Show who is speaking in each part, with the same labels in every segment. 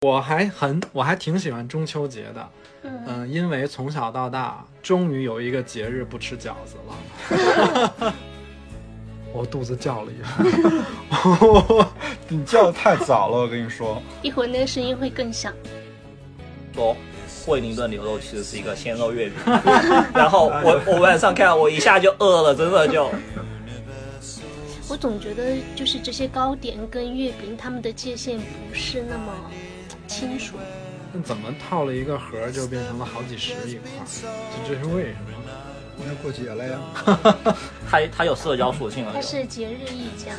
Speaker 1: 我还很我还挺喜欢中秋节的，
Speaker 2: 嗯，
Speaker 1: 嗯，因为从小到大，终于有一个节日不吃饺子了。 我肚子叫了一 下，
Speaker 3: 你叫的太早了，我跟你说。
Speaker 2: 一会儿那个声音会更响。
Speaker 4: 说惠灵顿牛肉其实是一个鲜肉月饼，然后我我晚上看我一下就饿了，真的就
Speaker 2: 我总觉得就是这些糕点跟月饼，它们的界限不是那么清楚。
Speaker 1: 那怎么套了一个盒儿就变成了好几十一块儿？这这是为什么？
Speaker 3: 要过节了呀，
Speaker 4: 它它有社交属性了
Speaker 2: 它
Speaker 4: 就。
Speaker 2: 是节日溢价，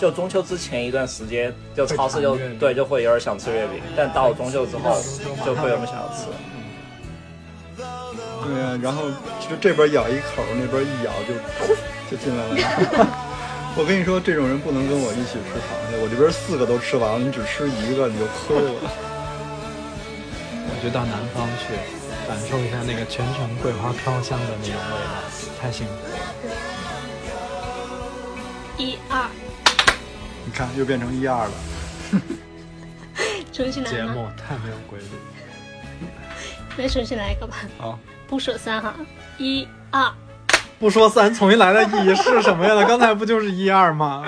Speaker 4: 就中秋之前一段时间，就超市就
Speaker 1: 会馋月饼
Speaker 4: 对就会有人想吃月饼，但到了中秋之后就会有人想要吃。
Speaker 3: 对呀、然后就这边咬一口，那边一咬就噗就进来 了。我跟你说，这种人不能跟我一起吃螃蟹。我这边四个都吃完了，你只吃一个你就亏了。
Speaker 1: 我就到南方去，感受一下那个全城桂花飘香的那种味道，太幸福了。
Speaker 2: 一二，
Speaker 3: 你看，又变成一二了。
Speaker 2: 重新来
Speaker 1: 节
Speaker 2: 吗？
Speaker 1: 目太没有规律。
Speaker 2: 那重新来一个吧。
Speaker 3: 好，
Speaker 2: 不数三哈，一二，
Speaker 1: 不说三，重新来的意义是什么呀？刚才不就是一二吗？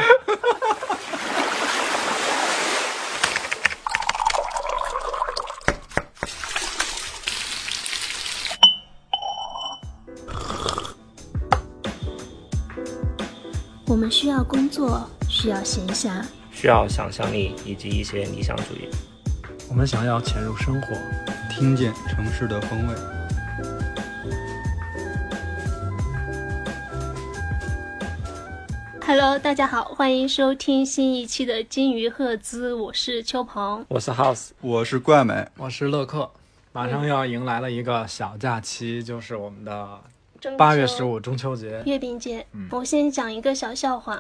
Speaker 5: 我们需要工作，需要闲暇，
Speaker 4: 需要想象力以及一些理想主义。
Speaker 1: 我们想要潜入生活，
Speaker 3: 听见城市的风味。
Speaker 2: Hello，大家好，欢迎收听新一期的《金鱼赫兹》，我是秋鹏。
Speaker 4: 我是 House，
Speaker 3: 我是怪美，
Speaker 1: 我是乐克。马上要迎来了一个小假期，就是我们的
Speaker 2: 中秋
Speaker 1: 八月十五中秋节。
Speaker 2: 月饼节，我先讲一个小笑话。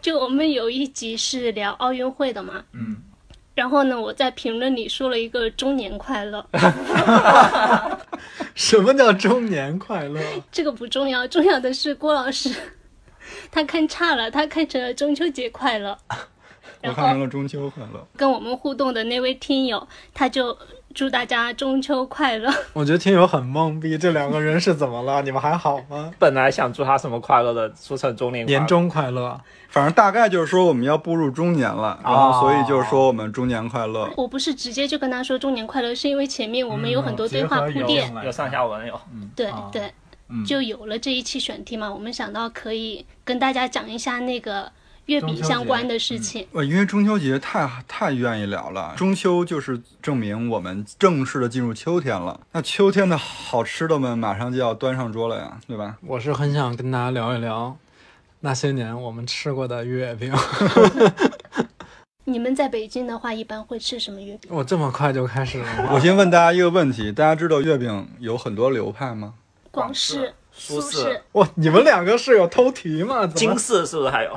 Speaker 2: 就我们有一集是聊奥运会的嘛，
Speaker 1: 嗯，
Speaker 2: 然后呢，我在评论里说了一个“中年快乐
Speaker 1: 什么叫中年快乐？”，
Speaker 2: 这个不重要，重要的是郭老师 他看差了，他看成了中秋节快乐。
Speaker 3: 我
Speaker 2: 然
Speaker 3: 看成
Speaker 2: 后
Speaker 3: 了中秋快乐。
Speaker 2: 跟我们互动的那位听友，他就祝大家中秋快乐。
Speaker 1: 我觉得听友很懵逼，这两个人是怎么 了？你们还好吗？
Speaker 4: 本来想祝他什么快乐的，说成中年快乐
Speaker 1: 年终快乐，
Speaker 3: 反正大概就是说我们要步入中年了，然后所以就是说我们中年快乐。
Speaker 2: 我不是直接就跟他说中年快乐，是因为前面我们有很多对
Speaker 1: 嗯
Speaker 2: 话铺垫，
Speaker 4: 有上下文有。
Speaker 2: 对
Speaker 1: 哦
Speaker 2: 对，就有了这一期选题嘛。我们想到可以跟大家讲一下那个月
Speaker 1: 中
Speaker 2: 饼
Speaker 1: 秋
Speaker 2: 相
Speaker 1: 节嗯
Speaker 2: 关的事情。
Speaker 3: 呃，因为中秋节太太愿意聊了，中秋就是证明我们正式的进入秋天了。那秋天的好吃的们马上就要端上桌了呀，对吧？
Speaker 1: 我是很想跟大家聊一聊那些年我们吃过的月 饼。
Speaker 2: 你们在北京的话，一般会吃什么月饼？
Speaker 1: 我这么快就开始了吗？
Speaker 3: 我先问大家一个问题：大家知道月饼有很多流派吗？
Speaker 2: 广式、
Speaker 4: 苏
Speaker 2: 苏
Speaker 4: 式
Speaker 2: 式、
Speaker 1: 哇，你们两个是有偷题吗？怎
Speaker 4: 金
Speaker 1: 么？
Speaker 4: 饰是不是还有？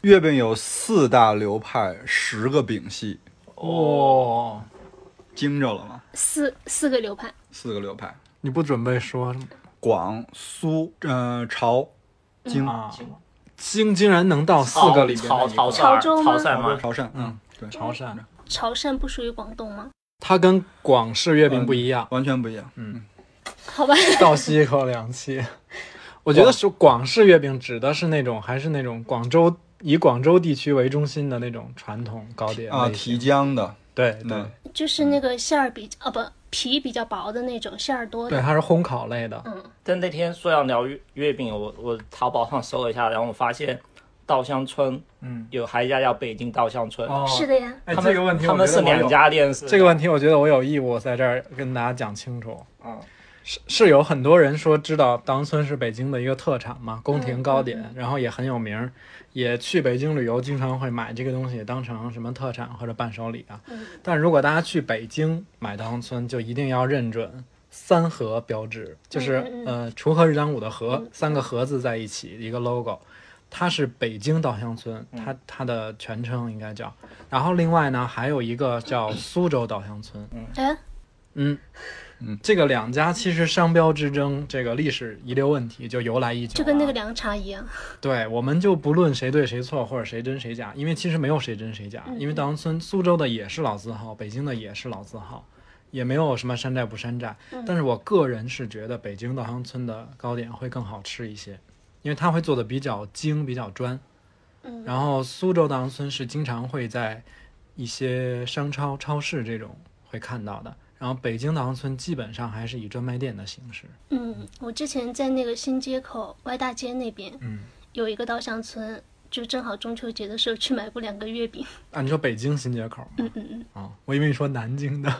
Speaker 3: 月饼有四大流派，十个饼系，
Speaker 1: 哦，
Speaker 3: 惊着了吗？
Speaker 2: 四四个流派。
Speaker 3: 四个流派：
Speaker 1: 你不准备说吗？
Speaker 3: 广、苏、呃、潮、京、
Speaker 1: 啊，竟竟然能到四个里面
Speaker 4: 潮
Speaker 1: 的一
Speaker 4: 潮
Speaker 1: 个
Speaker 4: 潮
Speaker 2: 潮州
Speaker 4: 汕
Speaker 2: 吗
Speaker 4: 潮汕吗？
Speaker 3: 潮汕。嗯，对，
Speaker 1: 潮汕，
Speaker 2: 潮汕不属于广东吗？
Speaker 1: 它跟广式月饼不一样。
Speaker 3: 完全不一样。
Speaker 2: 好吧，
Speaker 1: 倒吸一口凉气。 我觉得是广式月饼指的是那种，还是那种广州以广州地区为中心的那种传统糕点
Speaker 3: 啊，
Speaker 1: 类型
Speaker 3: 提浆的，
Speaker 1: 对对
Speaker 3: 嗯，
Speaker 2: 就是那个馅儿比啊不皮比较薄的那种，馅儿多
Speaker 1: 对，
Speaker 2: 的。
Speaker 1: 它是烘烤类的。
Speaker 4: 但那天说要聊月月饼，我我淘宝上搜了一下，然后我发现稻香村
Speaker 1: 嗯，
Speaker 4: 有还一家叫北京稻香村，
Speaker 1: 哦，
Speaker 2: 是的呀，
Speaker 1: 哎，
Speaker 4: 他
Speaker 1: 这
Speaker 4: 们
Speaker 1: 个问题
Speaker 4: 他
Speaker 1: 我觉得
Speaker 4: 们
Speaker 1: 我
Speaker 4: 是
Speaker 1: 有
Speaker 4: 两。家店，
Speaker 1: 这个问题我觉得我有义务在这儿跟大家讲清楚。
Speaker 4: 嗯
Speaker 1: 是是有很多人说知道当村是北京的一个特产嘛，宫
Speaker 2: 嗯
Speaker 1: 廷糕点，然后也很有名儿，也去北京旅游经常会买这个东西当成什么特产或者伴手礼啊。
Speaker 2: 嗯
Speaker 1: 但如果大家去北京买当村，就一定要认准。三合标志就是、
Speaker 2: 嗯嗯嗯
Speaker 1: 呃，锄禾日当午的禾，三个禾字在一起，一个 logo。它是北京稻香村，
Speaker 2: 嗯
Speaker 1: 它它的全称应该叫。然后另外呢，还有一个叫苏州稻香村，
Speaker 2: 哎，
Speaker 1: 嗯嗯，这个两家其实商标之争，这个历史遗留问题就由来已久、啊，
Speaker 2: 就跟那个凉茶一样。
Speaker 1: 对，我们就不论谁对谁错或者谁真谁假，因为其实没有谁真谁假，
Speaker 2: 嗯
Speaker 1: 因为当村苏州的也是老字号，北京的也是老字号。也没有什么山寨不山寨，
Speaker 2: 嗯
Speaker 1: 但是我个人是觉得北京稻香村的糕点会更好吃一些，因为它会做的比较精、比较专。
Speaker 2: 嗯
Speaker 1: 然后苏州稻香村是经常会在一些商超、超市这种会看到的，然后北京稻香村基本上还是以专卖店的形式。
Speaker 2: 嗯，我之前在那个新街口歪大街那边，
Speaker 1: 嗯，
Speaker 2: 有一个稻香村，就正好中秋节的时候去买过两个月饼。
Speaker 1: 啊，你说北京新街口吗？
Speaker 2: 嗯嗯嗯。
Speaker 1: 啊、哦，我以为你说南京的。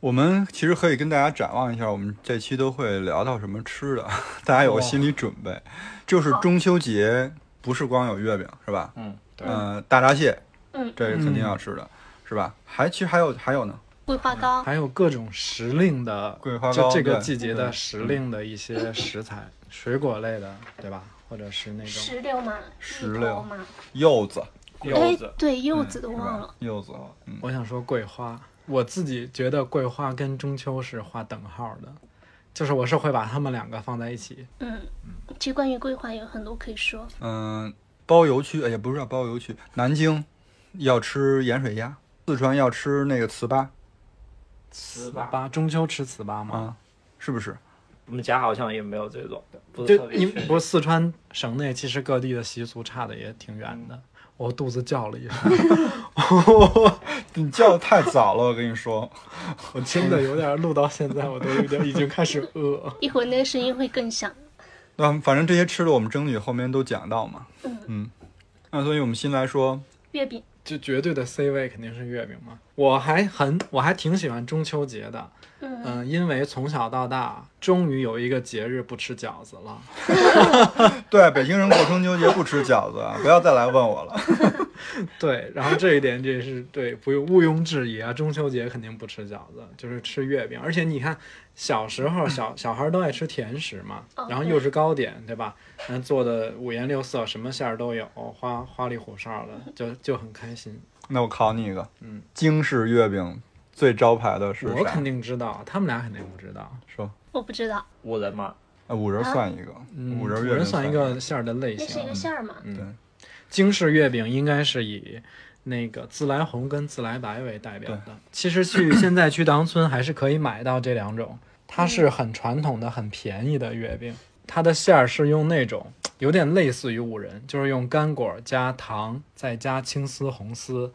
Speaker 3: 我们其实可以跟大家展望一下，我们这期都会聊到什么吃的， 大家有个心理准备。就是中秋节不是光有月饼，是吧？
Speaker 4: 嗯，对，
Speaker 3: 嗯、大闸蟹，
Speaker 2: 嗯，
Speaker 3: 这是肯定要吃的，是吧？还其实还有还有呢，
Speaker 2: 桂花糕，
Speaker 1: 还有各种时令的，
Speaker 3: 桂花
Speaker 1: 就
Speaker 3: 糕
Speaker 1: 这个季节的时令的一些食材，水果类的，对吧？或者是那种
Speaker 2: 石榴嘛，
Speaker 3: 石榴
Speaker 2: 嘛，
Speaker 3: 柚子，
Speaker 4: 柚子，
Speaker 2: 哎对，柚子都忘了，
Speaker 3: 柚子，嗯，
Speaker 1: 我想说桂花。我自己觉得桂花跟中秋是划等号的，就是我是会把它们两个放在一起。
Speaker 2: 嗯，其实关于桂花有很多可以说。
Speaker 3: 嗯，包邮区，哎呀，不是包邮区，南京要吃盐水鸭，四川要吃那个糍粑。啊
Speaker 4: 糍粑，
Speaker 1: 粑，中秋吃糍粑吗？
Speaker 3: 啊，是不是？
Speaker 4: 我们家好像也没有这种，不是特
Speaker 1: 就
Speaker 4: 别
Speaker 1: 你
Speaker 4: 确定
Speaker 1: 不是四川省内，其实各地的习俗差的也挺远的。我肚子叫了一声，
Speaker 3: 你叫的太早了，我跟你说，
Speaker 1: 我真的有点录到现在，我都有点已经开始饿。
Speaker 2: 一会儿那个声音会更响。
Speaker 3: 那反正这些吃的我们争取后面都讲到嘛。嗯，那所以我们先来说，
Speaker 2: 月饼，
Speaker 1: 就绝对的 C 位肯定是月饼嘛。我还很，我还挺喜欢中秋节的，
Speaker 2: 嗯
Speaker 1: 嗯，因为从小到大，终于有一个节日不吃饺子了。
Speaker 3: 对，北京人过中秋节不吃饺子，啊，不要再来问我了。
Speaker 1: 对，然后这一点这是对，不用毋庸置疑啊。中秋节肯定不吃饺子，就是吃月饼。而且你看，小时候 小小孩都爱吃甜食嘛，
Speaker 2: 哦
Speaker 1: 然后又是糕点，对吧？嗯，做的五颜六色，什么馅儿都有，花花里胡哨的，就就很开心。
Speaker 3: 那我考你一个，
Speaker 1: 嗯，
Speaker 3: 京式月饼最招牌的是
Speaker 1: 我
Speaker 3: 啥
Speaker 1: 肯？定知道，他们俩肯定不知道。
Speaker 3: 说，
Speaker 2: 我不知道，
Speaker 4: 五人嘛，
Speaker 3: 啊，五仁算一个，
Speaker 1: 嗯，
Speaker 3: 五
Speaker 1: 五
Speaker 3: 仁月饼
Speaker 1: 算一个馅儿的类
Speaker 2: 那是
Speaker 1: 型
Speaker 2: 一
Speaker 1: 啊
Speaker 2: 个。馅儿嘛？
Speaker 1: 京式月饼应该是以那个自来红跟自来白为代表的。其实去现在去当村还是可以买到这两种，它是很传统的、很便宜的月饼。它的馅儿是用那种有点类似于五仁，就是用干果加糖，再加青丝、红丝，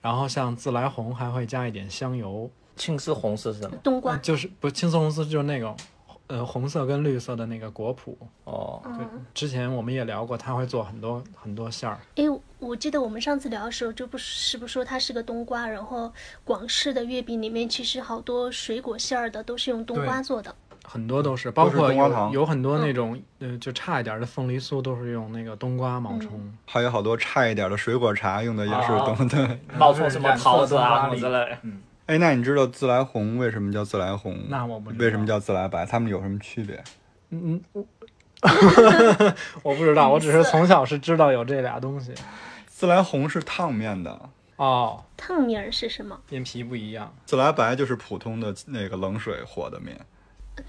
Speaker 1: 然后像自来红还会加一点香油，呃
Speaker 4: 青丝红丝是什么？
Speaker 2: 冬瓜，
Speaker 1: 就是不青丝红丝就是那种呃红色跟绿色的那个果脯。
Speaker 4: 哦，
Speaker 2: 嗯，
Speaker 1: 之前我们也聊过，它会做很多很多馅儿。
Speaker 2: 哎，我记得我们上次聊的时候，就不是不说它是个冬瓜，然后广式的月饼里面其实好多水果馅儿的都是用冬瓜做的，
Speaker 1: 很多都是，包括
Speaker 3: 冬瓜
Speaker 1: 有
Speaker 3: 糖
Speaker 1: 有很多那种，呃，就差一点的凤梨酥都是用那个冬瓜冒充。
Speaker 3: 还有好多差一点的水果茶用的也是
Speaker 4: 啊
Speaker 3: 等等。
Speaker 4: 冒充什么桃子啊
Speaker 1: 嗯
Speaker 4: 什么之类。嗯，
Speaker 3: 哎，那你知道自来红为什么叫自来红？
Speaker 1: 那我不知道
Speaker 3: 为什么叫自来白？它们有什么区别？
Speaker 1: 嗯，我 我不知道，我只是从小是知道有这俩 东西。
Speaker 3: 自来红是烫面的，
Speaker 1: 哦，
Speaker 2: 烫面儿是什么？
Speaker 1: 面皮不一样，
Speaker 3: 自来白就是普通的那个冷水和的面。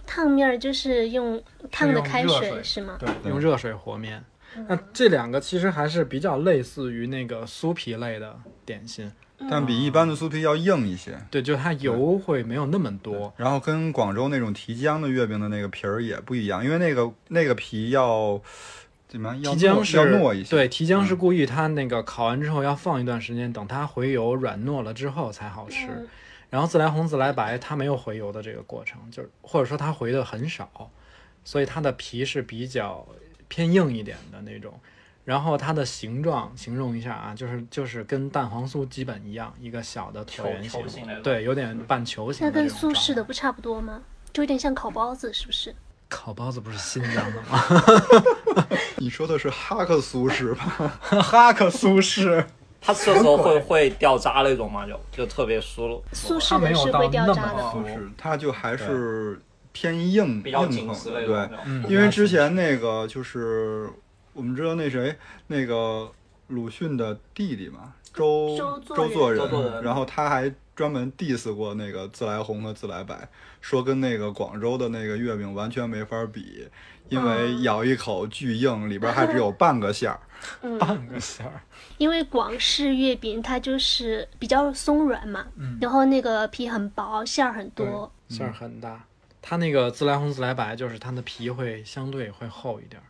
Speaker 2: 烫面儿就是用烫的
Speaker 1: 用
Speaker 2: 开
Speaker 1: 热
Speaker 2: 水
Speaker 1: 水
Speaker 2: 是吗？
Speaker 1: 对，用热水和面。那这两个其实还是比较类似于那个酥皮类的点心，
Speaker 3: 但比一般的酥皮要硬一些。
Speaker 1: 对，就它油会没有那么多。
Speaker 3: 然后跟广州那种提浆的月饼的那个皮儿也不一样，因为那个那个皮要怎么样？要
Speaker 1: 提浆
Speaker 3: 糯
Speaker 1: 是
Speaker 3: 要糯一些。嗯
Speaker 1: 对，提浆是故意它那个烤完之后要放一段时间，等它回油软糯了之后才好吃。
Speaker 2: 嗯
Speaker 1: 然后自来红、自来白它没有回油的这个过程，就是或者说它回的很少，所以它的皮是比较偏硬一点的那种。然后它的形状形容一下啊，就是就是跟蛋黄酥基本一样，一个小的椭
Speaker 4: 球
Speaker 1: 圆
Speaker 4: 球形那嗯种
Speaker 1: 对，有点半球形
Speaker 2: 那
Speaker 1: 的这种
Speaker 2: 跟
Speaker 1: 状态。
Speaker 2: 苏式的不差不多吗？就有点像烤包子，是不是？
Speaker 1: 烤包子不是新疆的 吗？
Speaker 3: 你说的是哈克苏式吧？
Speaker 4: 哦
Speaker 1: 哈克苏式，
Speaker 4: 它吃的时候会会掉渣那种嘛，就就特别酥了。
Speaker 2: 苏式
Speaker 1: 它没
Speaker 2: 的
Speaker 1: 有
Speaker 2: 是
Speaker 1: 到
Speaker 2: 会掉
Speaker 1: 那
Speaker 2: 渣的，
Speaker 1: 么酥
Speaker 3: 是，它就还是偏硬
Speaker 4: 比较
Speaker 3: 硬
Speaker 4: 紧
Speaker 3: 横
Speaker 4: 实
Speaker 3: 的
Speaker 4: 那
Speaker 3: 对
Speaker 4: 种，，
Speaker 1: 嗯
Speaker 3: 因为之前那个就是我们知道那谁那个鲁迅的弟弟嘛，周
Speaker 2: 周作人
Speaker 3: 作
Speaker 4: 周作人
Speaker 3: 然后他还专门 diss 过那个自来红和自来白，说跟那个广州的那个月饼完全没法比，因为咬一口巨硬，里边还只有半个馅儿。
Speaker 2: 嗯
Speaker 1: 半个馅儿，
Speaker 2: 因为广式月饼它就是比较松软嘛，
Speaker 1: 嗯
Speaker 2: 然后那个皮很薄，馅儿很多。
Speaker 1: 馅儿很大。它那个自来红、自来白，就是它的皮会相对会厚一点儿。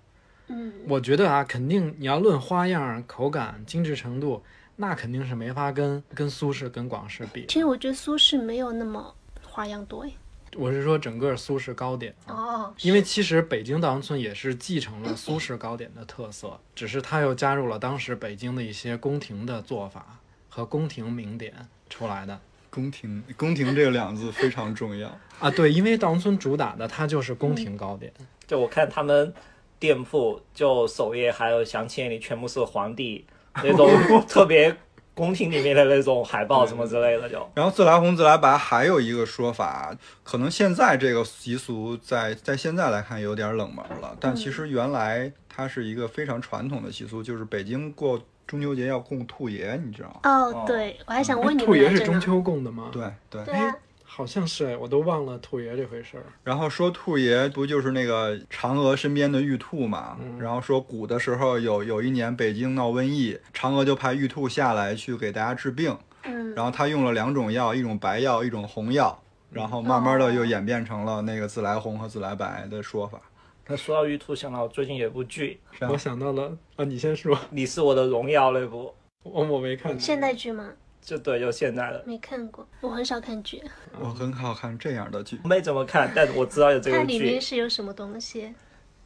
Speaker 2: 嗯，
Speaker 1: 我觉得啊，肯定你要论花样、口感、精致程度，那肯定是没法跟跟苏式、跟广式比。
Speaker 2: 其实我觉得苏式没有那么花样多哎。
Speaker 1: 我是说整个苏式糕点啊，
Speaker 2: 哦，
Speaker 1: 因为其实北京稻香村也是继承了苏式糕点的特色，只是它又加入了当时北京的一些宫廷的做法和宫廷名典出来的
Speaker 3: 宫廷，宫廷这两个字非常重要。
Speaker 1: 啊。对，因为稻香村主打的它就是宫
Speaker 2: 嗯
Speaker 1: 廷糕点，
Speaker 4: 就我看他们店铺，就首页还有详情页里全部是皇帝那 种特别宫廷里面的那种海报什么之类的，就
Speaker 3: 然后自来红、自来白还有一个说法，可能现在这个习俗在在现在来看有点冷门了，但其实原来它是一个非常传统的习俗，就是北京过中秋节要供兔爷，你知道吗？
Speaker 2: 哦，对，我还想问你
Speaker 1: 嗯兔
Speaker 2: 们
Speaker 1: 爷
Speaker 2: 来
Speaker 1: 是
Speaker 2: 着
Speaker 1: 中
Speaker 2: 呢。
Speaker 1: 秋供的吗？，
Speaker 3: 对对。
Speaker 2: 对啊，
Speaker 1: 好像是哎，我都忘了兔爷这回事儿。
Speaker 3: 然后说兔爷不就是那个嫦娥身边的玉兔嘛？然后说古的时候有有一年北京闹瘟疫，嫦娥就派玉兔下来去给大家治病。
Speaker 2: 嗯，
Speaker 3: 然后他用了两种药，一种白药，一种红药，然后慢慢的又演变成了那个自来红和自来白的说法。
Speaker 1: 嗯
Speaker 4: 那说到玉兔，想到最近有部剧
Speaker 3: 是啊
Speaker 1: 我想到了啊，你先说，
Speaker 4: 《你是我的荣耀》那部，
Speaker 1: 我我没看。
Speaker 2: 现代剧吗？
Speaker 4: 就对，就现在的
Speaker 2: 没看过，我很少看剧。
Speaker 3: 我很好看这样的剧，
Speaker 4: 没怎么看，但我知道有这
Speaker 2: 它
Speaker 4: 个
Speaker 2: 里
Speaker 4: 剧
Speaker 2: 面，是有什么东西？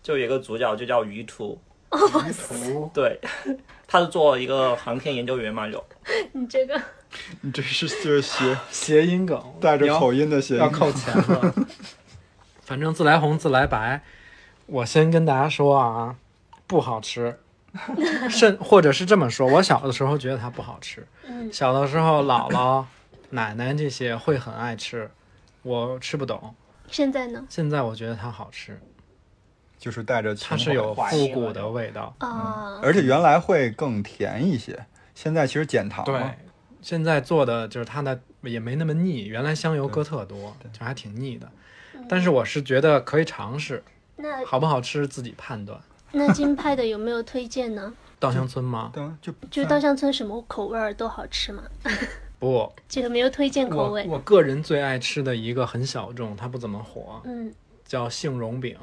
Speaker 4: 就有一个主角就叫于途。对， 他是做一个航天研究员嘛，有
Speaker 2: 你这 个
Speaker 3: 你这是就是谐
Speaker 1: 谐音梗，
Speaker 3: 带着
Speaker 1: 你要
Speaker 3: 口音的谐
Speaker 1: 要
Speaker 3: 音。
Speaker 1: 扣钱了。反正自来红自来白，我先跟大家说啊，不好吃， 甚或者是这么说，我小的时候觉得它不好吃，
Speaker 2: 嗯
Speaker 1: 小的时候姥 姥、奶奶这些会很爱吃，我吃不懂。
Speaker 2: 现在呢？
Speaker 1: 现在我觉得它好吃，
Speaker 3: 就是带着情
Speaker 1: 它
Speaker 3: 怀
Speaker 1: 是有
Speaker 4: 怀
Speaker 1: 复
Speaker 4: 念
Speaker 1: 古
Speaker 4: 了
Speaker 1: 的
Speaker 4: 就
Speaker 1: 味道。
Speaker 2: 啊，
Speaker 1: 嗯
Speaker 3: 而且原来会更甜一些，现在其实减糖
Speaker 1: 对
Speaker 3: 了。，
Speaker 1: 现在做的就是它的也没那么腻，原来香油搁特多，就还挺腻的。
Speaker 2: 嗯
Speaker 1: 但是我是觉得可以尝试，
Speaker 2: 那
Speaker 1: 好不好吃自己判断。
Speaker 2: 那金派的有没有推荐呢？
Speaker 1: 稻香村吗？
Speaker 3: 对，啊就
Speaker 2: 就是稻香村什么口味儿都好吃嘛？
Speaker 1: 不，
Speaker 2: 这个没有推荐口
Speaker 1: 我
Speaker 2: 味。
Speaker 1: 我个人最爱吃的一个很小众，它不怎么火，
Speaker 2: 嗯，
Speaker 1: 叫杏蓉饼。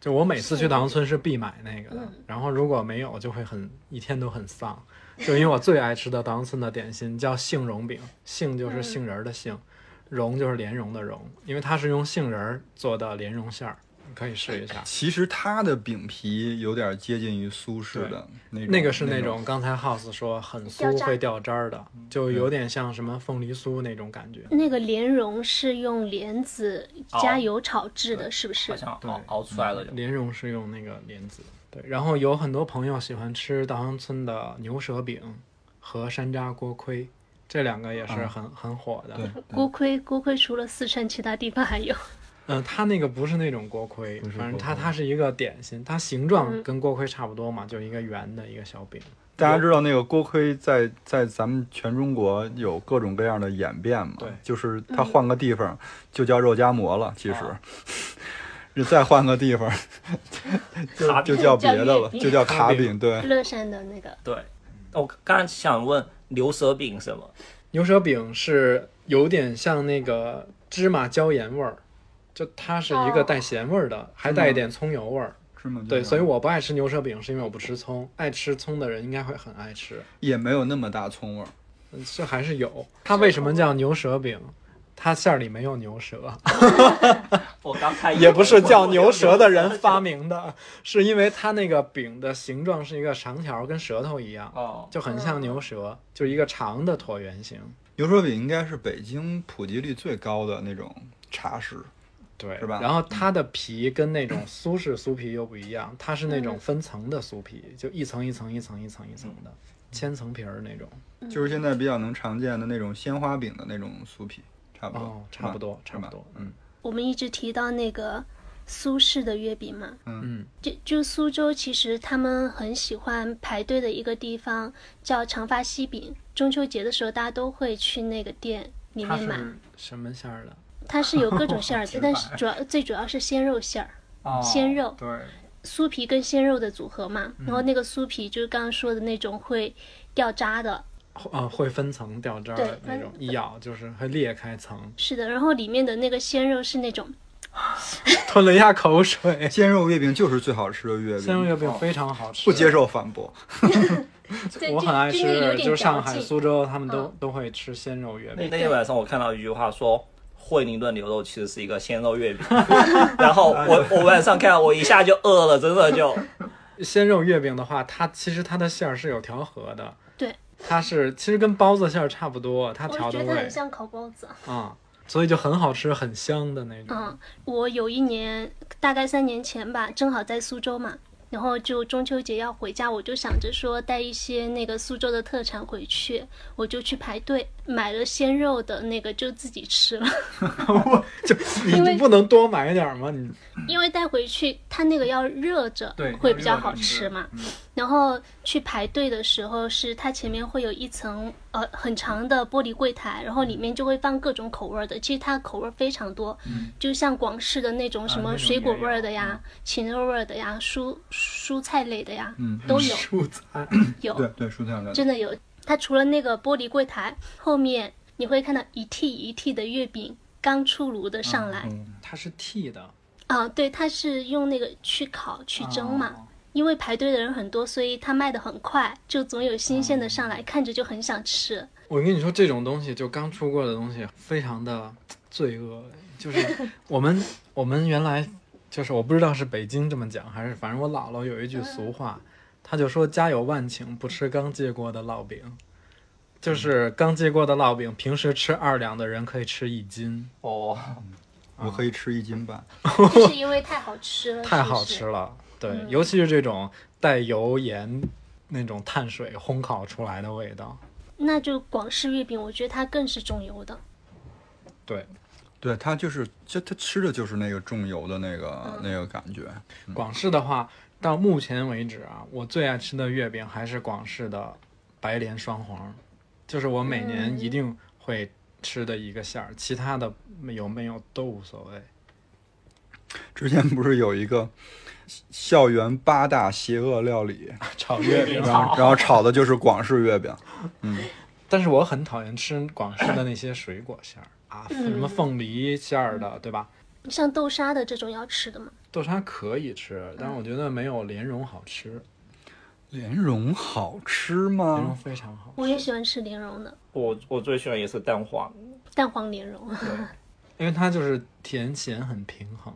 Speaker 1: 就我每次去稻香村是必买那个的，然后如果没有就会很一天都很丧。就因为我最爱吃的稻香村的点心叫杏蓉饼，杏就是杏仁儿的杏，蓉就是莲蓉的蓉，因为它是用杏仁儿做的莲蓉馅儿，你可以试一下。
Speaker 3: 其实它的饼皮有点接近于苏式的 那种，嗯
Speaker 1: 那个是
Speaker 3: 那
Speaker 1: 那种刚才 House 说很
Speaker 2: 掉
Speaker 1: 酥
Speaker 2: 渣
Speaker 1: 会掉渣儿的，就有点像什么凤梨酥那种感觉。
Speaker 2: 那个莲蓉是用莲子
Speaker 1: 哦
Speaker 2: 加油炒制的，是不是
Speaker 4: 好？像熬熬出来了，就
Speaker 1: 莲蓉是用那个莲子，对。然后有很多朋友喜欢吃稻香村的牛舌饼和山楂锅盔，这两个也是很、很火的。
Speaker 3: 啊对
Speaker 2: 锅盔，锅盔除了四川，其他地方还 有。
Speaker 1: 嗯，它那个不是那种锅盔，
Speaker 3: 是
Speaker 1: 反正
Speaker 3: 锅
Speaker 1: 它
Speaker 3: 盔
Speaker 1: 它是一个点心，它形状跟锅盔差不多嘛，就一个圆的一个小饼。
Speaker 3: 大家知道那个锅盔在在咱们全中国有各种各样的演变嘛？
Speaker 1: 对
Speaker 3: 就是它换个地方就叫肉夹馍了，其实。你 再换个地方，
Speaker 1: 嗯
Speaker 3: 就
Speaker 4: 卡
Speaker 3: 就
Speaker 4: 饼
Speaker 3: 叫别的了，
Speaker 2: 叫月饼
Speaker 3: 就叫卡
Speaker 1: 卡
Speaker 3: 饼。对，
Speaker 2: 乐山的那个，
Speaker 4: 对。我刚才想问牛舌饼什么？
Speaker 1: 牛舌饼是有点像那个芝麻椒盐味儿，就它是一个带咸味儿
Speaker 3: 哦
Speaker 1: 的，还带一点葱油味儿。
Speaker 3: 是吗
Speaker 1: 对，所以我不爱吃牛舌饼，是因为我不吃葱。爱吃葱的人应该会很爱吃。
Speaker 3: 也没有那么大葱味儿。
Speaker 1: 嗯这还是有。它为什么叫牛舌饼？它馅儿里没有牛舌，
Speaker 4: 我刚才
Speaker 1: 也不是叫牛舌的人发明的，是因为它那个饼的形状是一个长条，跟舌头一样，
Speaker 4: 哦，
Speaker 1: 就很像牛舌，就一个长的椭圆形。
Speaker 3: 牛舌饼应该是北京普及率最高的那种茶食，
Speaker 1: 对，
Speaker 3: 是吧
Speaker 1: 然后它的皮跟那种苏式酥皮又不一样，它是那种分层的酥皮，就一层一层一层一层一层的，千层皮儿那种。
Speaker 3: 就是现在比较能常见的那种鲜花饼的那种酥皮，差不多，
Speaker 1: 哦，差不多，
Speaker 3: 嗯是吧
Speaker 1: 差不多。嗯，
Speaker 2: 我们一直提到那个苏式的月饼嘛，
Speaker 1: 嗯，
Speaker 2: 就就苏州其实他们很喜欢排队的一个地方叫长发西饼，中秋节的时候大家都会去那个店里
Speaker 1: 它
Speaker 2: 面买。
Speaker 1: 是什么馅儿的？
Speaker 2: 它是有各 种馅儿的
Speaker 1: 直，白
Speaker 2: 但是主要最主要是鲜肉馅儿，
Speaker 1: 哦
Speaker 2: 鲜肉
Speaker 1: 对，
Speaker 2: 酥皮跟鲜肉的组合嘛。然
Speaker 1: 嗯
Speaker 2: 后那个酥皮就是刚刚说的那种会掉渣的，
Speaker 1: 啊，会分层掉渣儿的
Speaker 2: 对
Speaker 1: 那种，一咬就是会裂开层。
Speaker 2: 是的。然后里面的那个鲜肉是那种
Speaker 1: 吞了一下口 水，
Speaker 3: 鲜肉月饼就是最好吃的月饼，
Speaker 1: 鲜肉月饼
Speaker 3: 哦
Speaker 1: 非常好吃，
Speaker 3: 不接。受反驳。
Speaker 2: 对
Speaker 1: 我
Speaker 2: 就
Speaker 1: 很爱
Speaker 2: 就那个有
Speaker 1: 吃，
Speaker 2: 点嗯
Speaker 1: 就是上
Speaker 2: 嚼
Speaker 1: 海、
Speaker 2: 劲
Speaker 1: 苏州他们都都会吃鲜肉月
Speaker 4: 那
Speaker 1: 饼。
Speaker 4: 那天晚上我看到一句话说。惠灵顿牛肉其实是一个鲜肉 月饼，然后我我晚上看我一下就饿了，真的就
Speaker 1: 鲜肉月饼的话，它其实它的馅儿是有调和的，
Speaker 2: 对，
Speaker 1: 它是其实跟包子馅儿差不多，它
Speaker 2: 我
Speaker 1: 调的
Speaker 2: 觉得
Speaker 1: 味
Speaker 2: 很像烤包子。
Speaker 1: 啊，所以就很好吃，很香的那种。
Speaker 2: 嗯，我有一年大概三年前吧，正好在苏州嘛，然后就中秋节要回家，我就想着说带一些那个苏州的特产回去，我就去排队买了鲜肉的那个就自己吃了，
Speaker 1: 就
Speaker 2: 因
Speaker 1: 你
Speaker 2: 为
Speaker 1: 不能多买点儿吗？你
Speaker 2: 因为带回去它那个要热着
Speaker 1: 对
Speaker 2: 会
Speaker 1: 要
Speaker 2: 比较
Speaker 1: 热嗯着
Speaker 2: 好
Speaker 1: 你
Speaker 2: 吃嘛。然后去排队的时候是它前面会有一层呃很长的玻璃柜台，然后里面就会放各种口味儿的，其实它口味儿非常多，就像广式的那种
Speaker 1: 嗯
Speaker 2: 什
Speaker 1: 啊那
Speaker 2: 么
Speaker 1: 种
Speaker 2: 水果味儿的
Speaker 1: 也嗯
Speaker 2: 呀、芹肉味儿的呀、蔬蔬菜类的呀，
Speaker 3: 嗯
Speaker 2: 都有
Speaker 1: 蔬菜
Speaker 3: 对
Speaker 2: 有，
Speaker 3: 对，蔬菜类的。
Speaker 2: 真的有。它除了那个玻璃柜台后面，你会看到一屉一屉的月饼刚出炉的
Speaker 1: 啊
Speaker 2: 上来。
Speaker 3: 嗯
Speaker 1: 它是剃的，
Speaker 2: 啊，对，它是用那个去烤去蒸嘛，
Speaker 1: 哦
Speaker 2: 因为排队的人很多，所以它卖的很快，就总有新鲜的上来，看着就很想吃。
Speaker 1: 我跟你说，这种东西就刚出过的东西，非常的罪恶。就是 我们我们原来就是我不知道是北京这么讲，还是反正我姥姥有一句俗话，
Speaker 2: 嗯
Speaker 1: 她就说“家有万顷，不吃刚借过的烙饼”，就是刚借过的烙饼，平时吃二两的人可以吃一斤，
Speaker 4: 哦，
Speaker 3: 我可以
Speaker 1: 嗯
Speaker 3: 吃一斤半，
Speaker 2: 就是因为太好吃 了，
Speaker 1: 太好
Speaker 2: 嗯是不是嗯
Speaker 1: 吃了。对，尤其是这种带油盐那种碳水烘烤出来的味道。
Speaker 2: 那就广式月饼，我觉得它更是重油的。
Speaker 1: 对，
Speaker 3: 对它就是，就它吃的就是那个重油的那
Speaker 1: 嗯
Speaker 3: 个那个感觉。
Speaker 1: 广式的话，到目前为止啊，我最爱吃的月饼还是广式的白莲双黄，就是我每年一定会吃的一个馅儿，其他的有没有都无所谓。
Speaker 3: 之前不是有一个校园八大邪恶料理，
Speaker 1: 炒月饼，
Speaker 3: 然后然后炒的就是广式 月饼。
Speaker 1: 但是我很讨厌吃广式的那些水果馅儿啊，什么凤梨馅儿的，对吧？
Speaker 2: 像豆沙的这种要吃的嘛，
Speaker 1: 豆沙可以吃，但是我觉得没有莲蓉好吃，
Speaker 3: 莲蓉好吃
Speaker 1: 莲蓉
Speaker 3: 吗？
Speaker 1: 非常好。
Speaker 2: 我也喜欢吃莲蓉的，
Speaker 4: 我我最喜欢也是蛋黄，
Speaker 2: 蛋黄莲蓉。啊
Speaker 1: 因为它就是甜咸很平衡，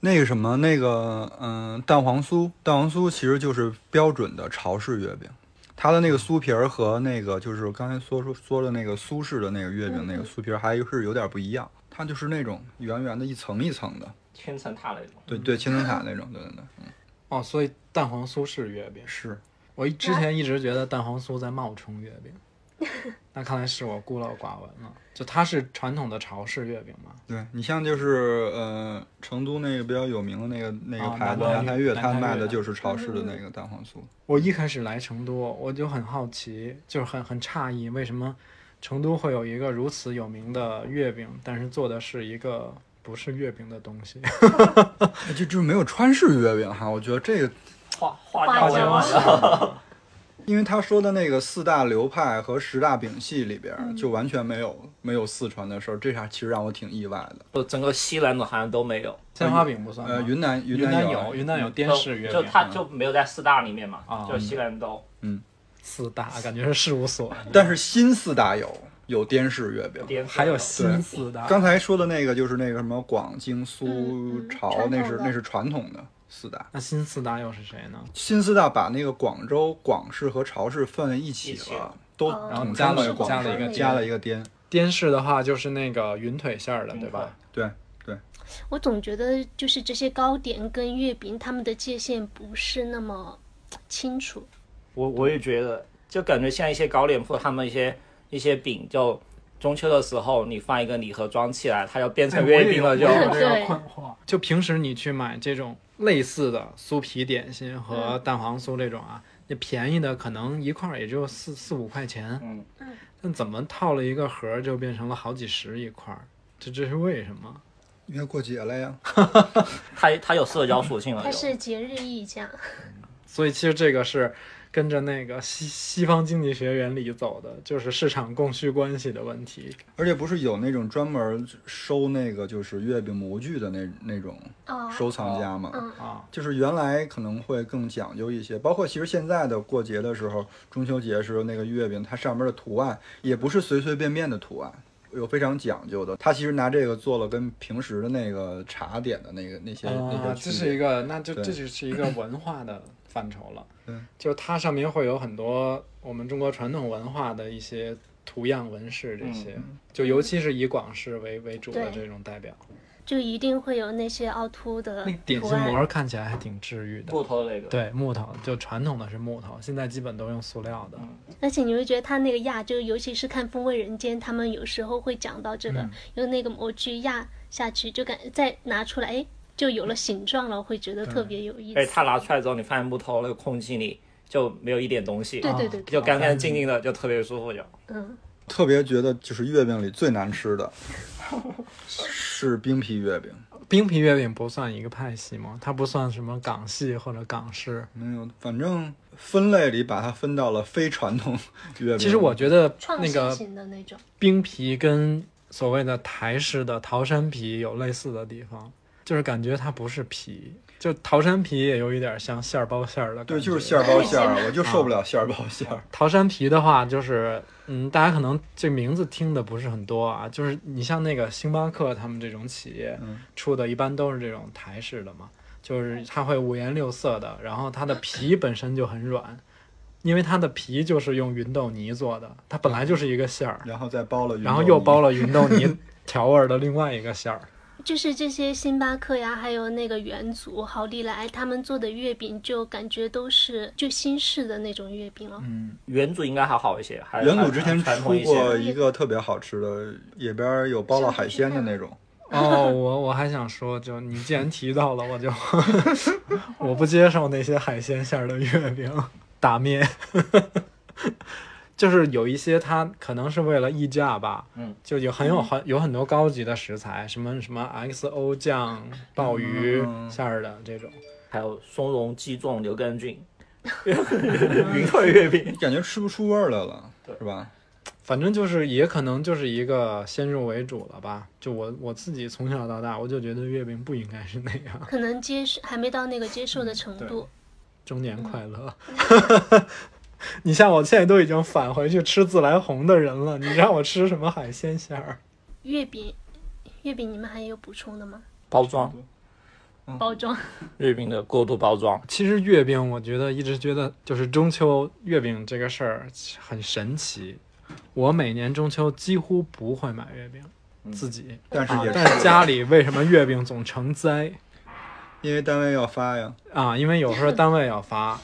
Speaker 3: 那个什么，那个嗯、蛋黄酥，蛋黄酥其实就是标准的潮式月饼。它的那个酥皮儿和那个就是刚才说说说的那个苏式的那个月饼，那个
Speaker 1: 嗯
Speaker 3: 酥皮儿还是有点不一样。它就是那种圆圆的，一层一层的，
Speaker 4: 千层塔那种。
Speaker 3: 对对，千层塔那种，对对对，
Speaker 1: 哦，所以蛋黄酥是月饼。
Speaker 3: 是。
Speaker 1: 我之前一直觉得蛋黄酥在冒充月饼，那看来是我孤陋寡闻了。就它是传统的潮式月饼嘛，
Speaker 3: 对你像就是呃，成都那个比较有名的那个那个
Speaker 1: 啊
Speaker 3: 牌子
Speaker 1: 南
Speaker 3: 南
Speaker 1: 台
Speaker 3: 台
Speaker 1: 月
Speaker 3: 月，它
Speaker 1: 南台
Speaker 3: 卖
Speaker 1: 月
Speaker 3: 的就是超市的
Speaker 2: 嗯
Speaker 3: 那个蛋黄酥。
Speaker 1: 我一开始来成都，我就很好奇，就是很很诧异，为什么成都会有一个如此有名的月饼，但是做的是一个不是月饼的东西。
Speaker 3: 哎就就是没有川式月饼哈，我觉得这个，
Speaker 4: 画画
Speaker 2: 花
Speaker 4: 椒
Speaker 2: 椒
Speaker 4: 啊，
Speaker 3: 因为他说的那个四大流派和十大饼系里边儿，
Speaker 2: 嗯
Speaker 3: 就完全没有没有四川的事儿，这下其实让我挺意外的。
Speaker 4: 就整个西南的好像都没有。
Speaker 1: 鲜花饼不算吗
Speaker 3: 呃，云南嗯
Speaker 1: 云
Speaker 3: 南
Speaker 1: 有，云南有滇
Speaker 4: 就
Speaker 1: 式月
Speaker 4: 就
Speaker 1: 饼，
Speaker 4: 它就没有在四大里面嘛，
Speaker 1: 啊
Speaker 4: 就西南都。
Speaker 1: 四大感觉是事务所，
Speaker 3: 但是新四大有有滇式月饼。
Speaker 4: 滇
Speaker 1: 还有
Speaker 4: 嗯西
Speaker 1: 新四大。
Speaker 3: 刚才说的那个就是那个什么广京
Speaker 2: 嗯
Speaker 3: 苏
Speaker 2: 嗯
Speaker 3: 潮，
Speaker 2: 传
Speaker 3: 那
Speaker 2: 统
Speaker 3: 是
Speaker 2: 的
Speaker 3: 那是传统的四大。
Speaker 1: 那新四大又是谁呢？
Speaker 3: 新四大把那个广州广式和潮式放在一起
Speaker 4: 一起
Speaker 3: 了，都
Speaker 2: 哦
Speaker 3: 统
Speaker 1: 加
Speaker 3: 称
Speaker 1: 了
Speaker 3: 为广
Speaker 1: 加
Speaker 3: 式
Speaker 1: 了一个
Speaker 3: 加了一个滇。
Speaker 1: 滇式的话就是那个云腿馅儿的，对吧？
Speaker 3: 对，
Speaker 2: 我总觉得就是这些糕点跟月饼，它们的界限不是那么清楚。
Speaker 4: 我我也觉得，就感觉像一些糕点铺，他们一些一些饼，就中秋的时候你放一个礼盒装起来，它就变成月 饼了，就
Speaker 2: 有 这个困
Speaker 1: 惑。就平时你去买这种类似的酥皮点心和蛋黄酥这种啊，那便宜的可能一块儿也就四四五块钱，
Speaker 4: 嗯，
Speaker 1: 但怎么套了一个盒儿就变成了好几十一块儿？这这是为什么？
Speaker 3: 因为过节了呀。
Speaker 4: 它它有社交属性了，
Speaker 2: 它
Speaker 4: 有
Speaker 2: 是节日溢价，
Speaker 1: 所以其实这个是跟着那个西西方经济学原理走的，就是市场供需关系的问题。
Speaker 3: 而且不是有那种专门收那个就是月饼模具的那那种
Speaker 2: 哦
Speaker 3: 收藏家嘛？
Speaker 2: 嗯
Speaker 1: 啊
Speaker 3: 就是原来可能会更讲究一些，包括其实现在的过节的时候，中秋节的时候那个月饼，它上面的图案也不是随随便便的图案，有非常讲究的。他其实拿这个做了跟平时的那个茶点的那个那些、那
Speaker 1: 啊，
Speaker 3: 些
Speaker 1: 这
Speaker 3: 区
Speaker 1: 是一
Speaker 3: 别。
Speaker 1: 个，那就
Speaker 3: 对
Speaker 1: 这就是一个文化的范畴了。
Speaker 3: 嗯，
Speaker 1: 就它上面会有很多我们中国传统文化的一些图样纹饰，这些、就尤其是以广式为为主的
Speaker 2: 对
Speaker 1: 这种代表，
Speaker 2: 就一定会有那些凹凸的
Speaker 1: 那点
Speaker 2: 图
Speaker 1: 心
Speaker 2: 案
Speaker 1: 膜看起来还挺治愈的。
Speaker 4: 木头的那个，
Speaker 1: 对，木头就传统的是木头，现在基本都用塑料的。
Speaker 2: 而且你会觉得他那个压，就尤其是看《风味人间》，他们有时候会讲到这个，
Speaker 1: 嗯
Speaker 2: 用那个模具压下去，就感再拿出来，哎，就有了形状了，会觉得特别有意
Speaker 4: 而且
Speaker 2: 思。
Speaker 4: 哎它拿出来之后，你发现木头那个空气里就没有一点东西，
Speaker 2: 对对对
Speaker 4: 啊
Speaker 2: 对，
Speaker 4: 就干干净净的，就特别舒服就。
Speaker 2: 嗯，
Speaker 3: 特别觉得就是月饼里最难吃的是冰皮月饼，
Speaker 1: 冰皮月饼不算一个派系吗？它不算什么港系或者港式。
Speaker 3: 没有，反正分类里把它分到了非传统月饼。
Speaker 1: 其实我觉得
Speaker 2: 创
Speaker 1: 那
Speaker 2: 新
Speaker 1: 个
Speaker 2: 型的那种，
Speaker 1: 冰皮跟所谓的台式的桃山皮有类似的地方，就是感觉它不是皮，就桃山皮也有一点像馅儿包馅儿的感觉。
Speaker 3: 对，就是馅儿包馅 儿，啊我就受不了馅儿包馅儿。
Speaker 1: 桃山皮的话，就是嗯，大家可能这名字听的不是很多啊，就是你像那个星巴克他们这种企业
Speaker 3: 嗯
Speaker 1: 出的，一般都是这种台式的嘛，就是它会五颜六色的，然后它的皮本身就很软，因为它的皮就是用芸豆泥做的，它本来就是一个馅儿，
Speaker 3: 然后再包了，
Speaker 1: 然后又包了芸豆泥调味儿的另外一个馅儿。
Speaker 2: 就是这些星巴克呀，还有那个元祖、好利来，他们做的月饼，就感觉都是就新式的那种月饼了。
Speaker 1: 嗯
Speaker 4: 元祖应该还好一些，还
Speaker 3: 远古之前
Speaker 4: 还传
Speaker 3: 出
Speaker 4: 统一些。
Speaker 3: 过一个特别好吃的，里边儿有包了海鲜的那种，
Speaker 1: 哦，我我还想说，就你既然提到了，我 就我不接受那些海鲜馅儿的月饼，打灭。 就是有一些它可能是为了溢价吧，
Speaker 4: 嗯，
Speaker 1: 就有很有很有很多高级的食材，什么什么 XO 酱、鲍鱼馅儿的这种，
Speaker 4: 还有松茸鸡枞牛肝菌， 云吞月饼，
Speaker 3: 感觉吃不出味儿来了，是吧？
Speaker 1: 反正就是也可能就是一个先入为主了吧。就我我自己从小到大，我就觉得月饼不应该是那样。
Speaker 2: 可能接受还没到那个接受
Speaker 1: 嗯
Speaker 2: 的程度，
Speaker 1: 中年快乐。 你像我现在都已经返回去吃自来红的人了，你让我吃什么海鲜馅儿？
Speaker 2: 月饼，月饼你们还有补充的吗？
Speaker 4: 包装
Speaker 1: 嗯
Speaker 2: 包装，
Speaker 4: 月饼的过度包装，
Speaker 1: 其实月饼，我觉得一直觉得就是中秋月饼这个事儿很神奇。我每年中秋几乎不会买月饼，自己，
Speaker 3: 但是
Speaker 1: 啊
Speaker 3: 也
Speaker 1: 但
Speaker 3: 是
Speaker 1: 是家里为什么月饼总成灾
Speaker 3: 因为单位要发呀，
Speaker 1: 啊？因为有时候单位要 发，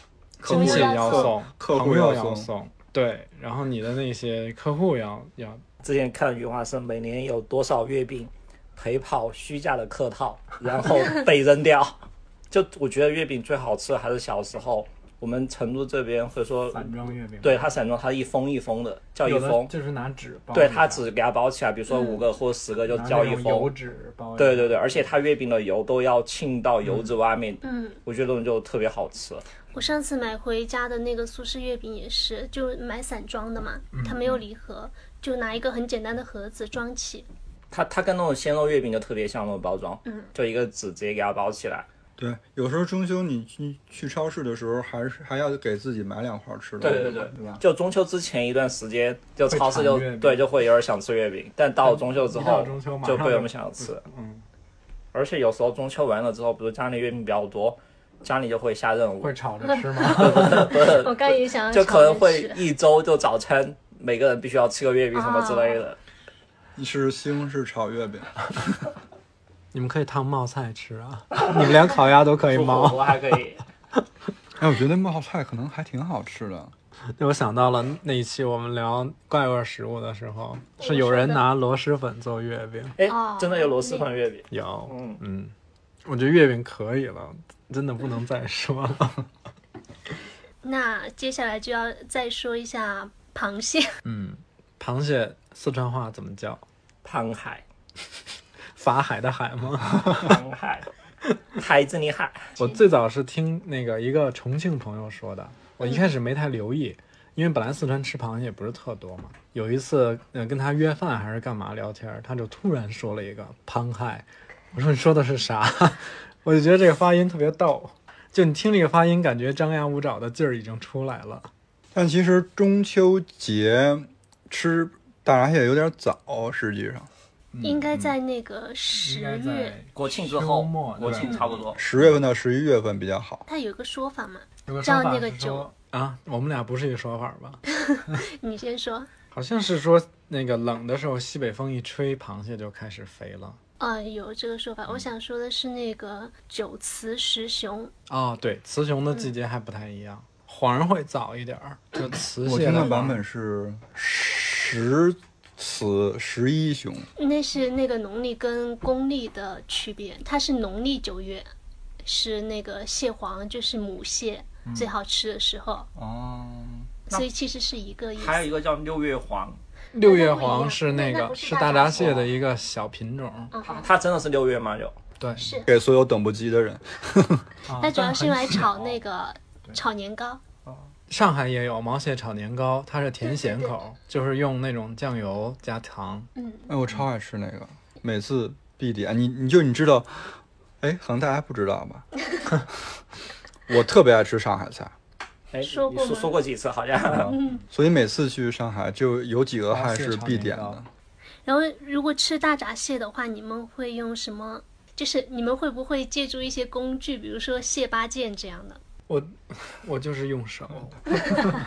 Speaker 3: 客
Speaker 1: 亲
Speaker 3: 户
Speaker 1: 戚
Speaker 3: 要
Speaker 1: 要
Speaker 3: 送
Speaker 1: 送，
Speaker 3: 客户
Speaker 1: 朋
Speaker 3: 要
Speaker 1: 友
Speaker 3: 送
Speaker 1: 送，对，然后你的那些客户要要
Speaker 4: 之前看余华生每年有多少月饼陪跑虚假的客套，然后被扔掉。就我觉得月饼最好吃还是小时候，我们成都这边会说，
Speaker 1: 装月饼
Speaker 4: 对它散装，它一封一封的叫一
Speaker 1: 有的
Speaker 4: 封，
Speaker 1: 就是拿纸包一下，
Speaker 4: 对它只给它包起来，比如说五个或十个就
Speaker 1: 拿
Speaker 4: 叫
Speaker 1: 那
Speaker 4: 一
Speaker 1: 种油
Speaker 4: 封。
Speaker 1: 纸包一下。
Speaker 4: 对对对，而且它月饼的油都要浸到油脂外面，
Speaker 2: 嗯。
Speaker 4: 我觉得就特别好吃。
Speaker 2: 我上次买回家的那个苏式月饼也是，就买散装的嘛，它没有礼盒，就拿一个很简单的盒子装起。
Speaker 4: 它它跟那种鲜肉月饼就特别像那种包装，就一个纸直接给它包起来。
Speaker 3: 对，有时候中秋你去去超市的时候，还是还要给自己买两块儿吃的，
Speaker 4: 对对
Speaker 3: 对
Speaker 4: 对，
Speaker 3: 吧？
Speaker 4: 就中秋之前一段时间，就超市就
Speaker 1: 会馋月饼
Speaker 4: 对就会有点想吃月饼，但到了中秋之
Speaker 1: 一到
Speaker 4: 后
Speaker 1: 中秋马上
Speaker 4: 就不怎么想吃。
Speaker 1: 嗯，
Speaker 4: 而且有时候中秋完了之后，比如家里月饼比较多，家里就会下任务
Speaker 1: 会，炒着吃 吗？
Speaker 2: 我刚也想要
Speaker 4: 就
Speaker 2: 炒
Speaker 4: 呃可
Speaker 2: 着
Speaker 4: 能会
Speaker 2: 吃
Speaker 4: 一周就早餐每个人必须要吃个月饼什么之类
Speaker 2: 啊
Speaker 4: 的。
Speaker 3: 是西红柿炒月饼，
Speaker 1: 你们可以烫冒菜吃啊， 你们连烤鸭都可以
Speaker 4: 煮 火
Speaker 1: 冒。
Speaker 4: 锅还可 以，
Speaker 3: 哎，我觉得冒菜可能还挺好吃的。
Speaker 1: 那我想到了那一期我们聊怪味食物的时候，是有人拿螺蛳粉做月饼，
Speaker 4: 哎
Speaker 2: 哦，
Speaker 4: 真的有螺蛳粉月饼，
Speaker 1: 有，
Speaker 4: 嗯，
Speaker 1: 嗯，我觉得月饼可以了，真的不能再说了。
Speaker 2: 那接下来就要再说一下螃蟹，
Speaker 1: 嗯，螃蟹四川话怎么叫？
Speaker 4: 螃海，
Speaker 1: 法海的海吗？
Speaker 4: 螃海， 海子你海，
Speaker 1: 我最早是听那个一个重庆朋友说的，我一开始没太留意，因为本来四川吃螃蟹也不是特多嘛。有一次，呃，跟他约饭还是干嘛聊天儿，他就突然说了一个“螃蟹”，我说你说的是啥？ 我就觉得这个发音特别逗，就你听这个发音，感觉张牙舞爪的劲儿已经出来了。
Speaker 3: 但其实中秋节吃大闸蟹有点早，实际上
Speaker 2: 应该在那个十月，
Speaker 4: 国庆之
Speaker 1: 秋
Speaker 4: 后
Speaker 1: 末，
Speaker 4: 国
Speaker 1: 对
Speaker 4: 庆差不多。
Speaker 3: 十月份到十一月份比较好。
Speaker 2: 它有一个说法嘛，
Speaker 1: 有个
Speaker 2: 照那个酒
Speaker 1: 啊，我们俩不是一个说法吧？
Speaker 2: 你先说。
Speaker 1: 好像是说那个冷的时候，西北风一吹，螃蟹就开始肥了。
Speaker 2: 呃，有这个说法。我想说的是那个九雌十雄，
Speaker 1: 哦，对，雌雄的季节还不太一样，黄儿会早一点儿，就雌
Speaker 3: 我
Speaker 1: 蟹
Speaker 3: 听
Speaker 1: 的
Speaker 3: 的
Speaker 1: 话
Speaker 3: 版本是十雌十一雄，
Speaker 2: 那是那个农历跟公历的区别。它是农历九月，是那个蟹黄，就是母蟹、最好吃的时候，
Speaker 3: 哦，
Speaker 2: 所以其实是一个意
Speaker 4: 还有一
Speaker 2: 思。
Speaker 4: 个叫六月黄，
Speaker 1: 六月黄是那
Speaker 2: 那不一样
Speaker 1: 个
Speaker 2: 那不是
Speaker 1: 是
Speaker 2: 大
Speaker 1: 大
Speaker 2: 闸
Speaker 1: 闸蟹
Speaker 4: 蟹
Speaker 1: 的一个小品种，
Speaker 4: 它真的是六月吗？ 有
Speaker 1: 对，
Speaker 2: 是，
Speaker 3: 给所有等不及的人。
Speaker 1: 啊
Speaker 2: 哦它主要
Speaker 1: 但
Speaker 2: 是
Speaker 1: 很
Speaker 2: 用来
Speaker 1: 小
Speaker 2: 炒那个炒年糕。
Speaker 1: 上海也有毛蟹炒年糕，它是甜咸
Speaker 2: 对对
Speaker 1: 口，就是用那种酱油加糖。
Speaker 2: 嗯，
Speaker 3: 哎，我超爱吃那个，每次必点。哎你你就你知道，哎，可能大家不知道吧？ 我特别爱吃上海菜，
Speaker 4: 哎，你
Speaker 2: 说过吗
Speaker 4: 说说过几次好像。
Speaker 3: 所以每次去上海就有几个
Speaker 1: 花
Speaker 3: 还
Speaker 1: 蟹
Speaker 3: 是
Speaker 1: 炒
Speaker 3: 必
Speaker 1: 哦年
Speaker 3: 点
Speaker 1: 糕
Speaker 3: 的。
Speaker 2: 然后如果吃大闸蟹的话，你们会用什么？就是你们会不会借助一些工具，比如说蟹八件这样的？
Speaker 1: 我我就是用手，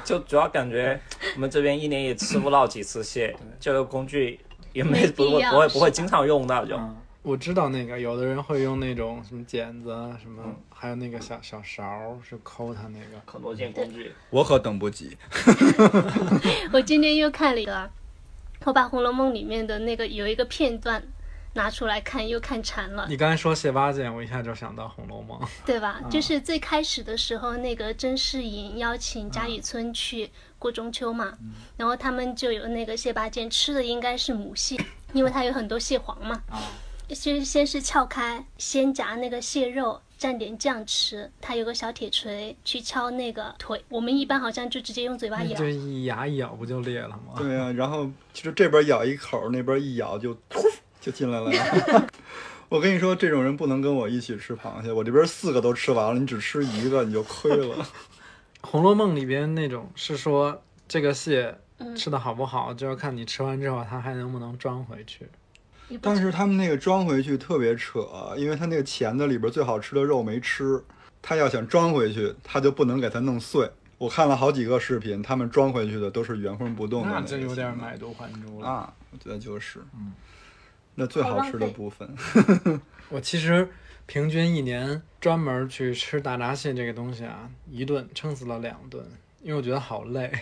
Speaker 4: 就主要感觉我们这边一年也吃不到几 次蟹，这个工具也
Speaker 2: 没
Speaker 4: 没
Speaker 2: 必
Speaker 4: 不会
Speaker 2: 要
Speaker 4: 不会
Speaker 2: 是嗯
Speaker 4: 不会经常用到，就
Speaker 1: 我知道那个，有的人会用那种什么剪子啊，什么，还有那个小小勺儿去抠它那个。
Speaker 4: 很多件工具。
Speaker 3: 我可等不及。
Speaker 2: 我今天又看了一个，我把《红楼梦》里面的那个有一个片段拿出来看，又看馋了，
Speaker 1: 你刚才说蟹八件，我一下就想到《红楼梦》。
Speaker 2: 对吧？就是最开始的时候，那个甄士隐邀请贾雨村去过中秋嘛，然后他们就有那个蟹八件，吃的应该是母蟹，因为它有很多蟹黄嘛。先先是撬开，先夹那个蟹肉，蘸点酱吃。它有个小铁锤去敲那个腿，我们一般好像就直接 用嘴巴
Speaker 1: 那
Speaker 2: 咬。
Speaker 1: 这一牙一咬不就裂了吗？
Speaker 3: 对呀、然后其实这边咬一口，那边一咬就突就进来了。 我跟你说，这种人不能跟我一起吃螃蟹。我这边四个都吃完了，你只吃一个你就亏了。
Speaker 1: 《红楼梦》里边那种是说这个蟹吃的好不好，就要看你吃完之后它还能不能装回去。
Speaker 2: 你不
Speaker 3: 但
Speaker 2: 吃
Speaker 3: 是他们那个装回去特别扯，因为他那个钳子里边最好吃的肉没吃，他要想装回去，他就不能给它弄碎。我看了好几个视频，他们装回去的都是原封不动的
Speaker 1: 那
Speaker 3: 个
Speaker 1: 真有
Speaker 3: 钳
Speaker 1: 点
Speaker 3: 子
Speaker 1: 买椟还珠了。
Speaker 3: 啊！我觉得就是，嗯，那最好吃的部分，
Speaker 1: 我其实平均一年专门去吃大闸蟹这个东西啊，一顿撑死了两顿，因为我觉得好累。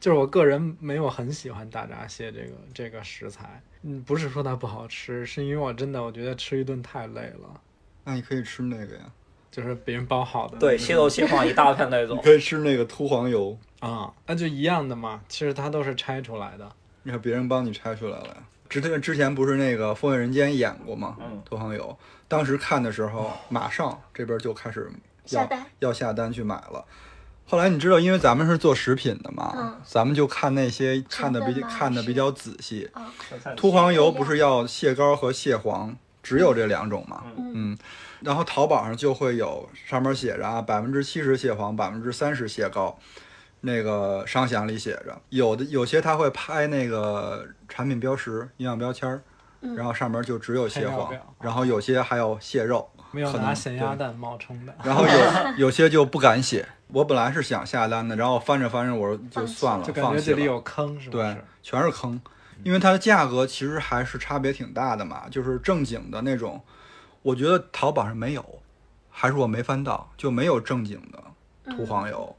Speaker 1: 就是我个人没有很喜欢大闸蟹这个这个食材，嗯，不是说它不好吃，是因为我真的我觉得吃一顿太累了，
Speaker 3: 那你可以吃那个呀，
Speaker 1: 就是别人包好的那
Speaker 4: 对，
Speaker 1: 种
Speaker 4: 蟹肉蟹黄一大片那
Speaker 3: 你
Speaker 4: 种，
Speaker 3: 可以吃那个秃黄油。
Speaker 1: 啊，那就一样的嘛，其实它都是拆出来的。
Speaker 3: 你看别人帮你拆出来了呀。之前之前不是那个《风味人间》演过吗？嗯，投行有，当时看的时候，马上这边就开始要
Speaker 2: 下单
Speaker 3: 要下单去买了。后来你知道，因为咱们是做食品的嘛，
Speaker 2: 嗯
Speaker 3: 咱们就看那些看的比
Speaker 2: 成分吗
Speaker 3: 看的比
Speaker 2: 是
Speaker 3: 较仔细。秃嗯黄油不是要蟹膏和蟹黄，只有这两种嘛？嗯，然后淘宝上就会有上面写着啊，百分之七十蟹黄，百分之三十蟹膏，那个商详里写着，有的有些他会拍那个产品标识、营养标签儿，然后上面就只有蟹黄
Speaker 1: 配料表，啊
Speaker 3: 然后有些还有蟹肉，
Speaker 1: 没有
Speaker 3: 可
Speaker 1: 拿
Speaker 3: 能
Speaker 1: 咸鸭蛋冒充的。
Speaker 3: 然后 有有些就不敢写。我本来是想下单的，然后翻着翻着我就算了，
Speaker 1: 就感
Speaker 3: 嗯放
Speaker 1: 觉
Speaker 3: 弃
Speaker 1: 这
Speaker 3: 了
Speaker 1: 里。有坑，是不
Speaker 3: 对
Speaker 1: 是？，
Speaker 3: 全是坑，因为它的价格其实还是差别挺大的嘛，就是正经的那种，我觉得淘宝上没有，还是我没翻到，就没有正经的涂黄油。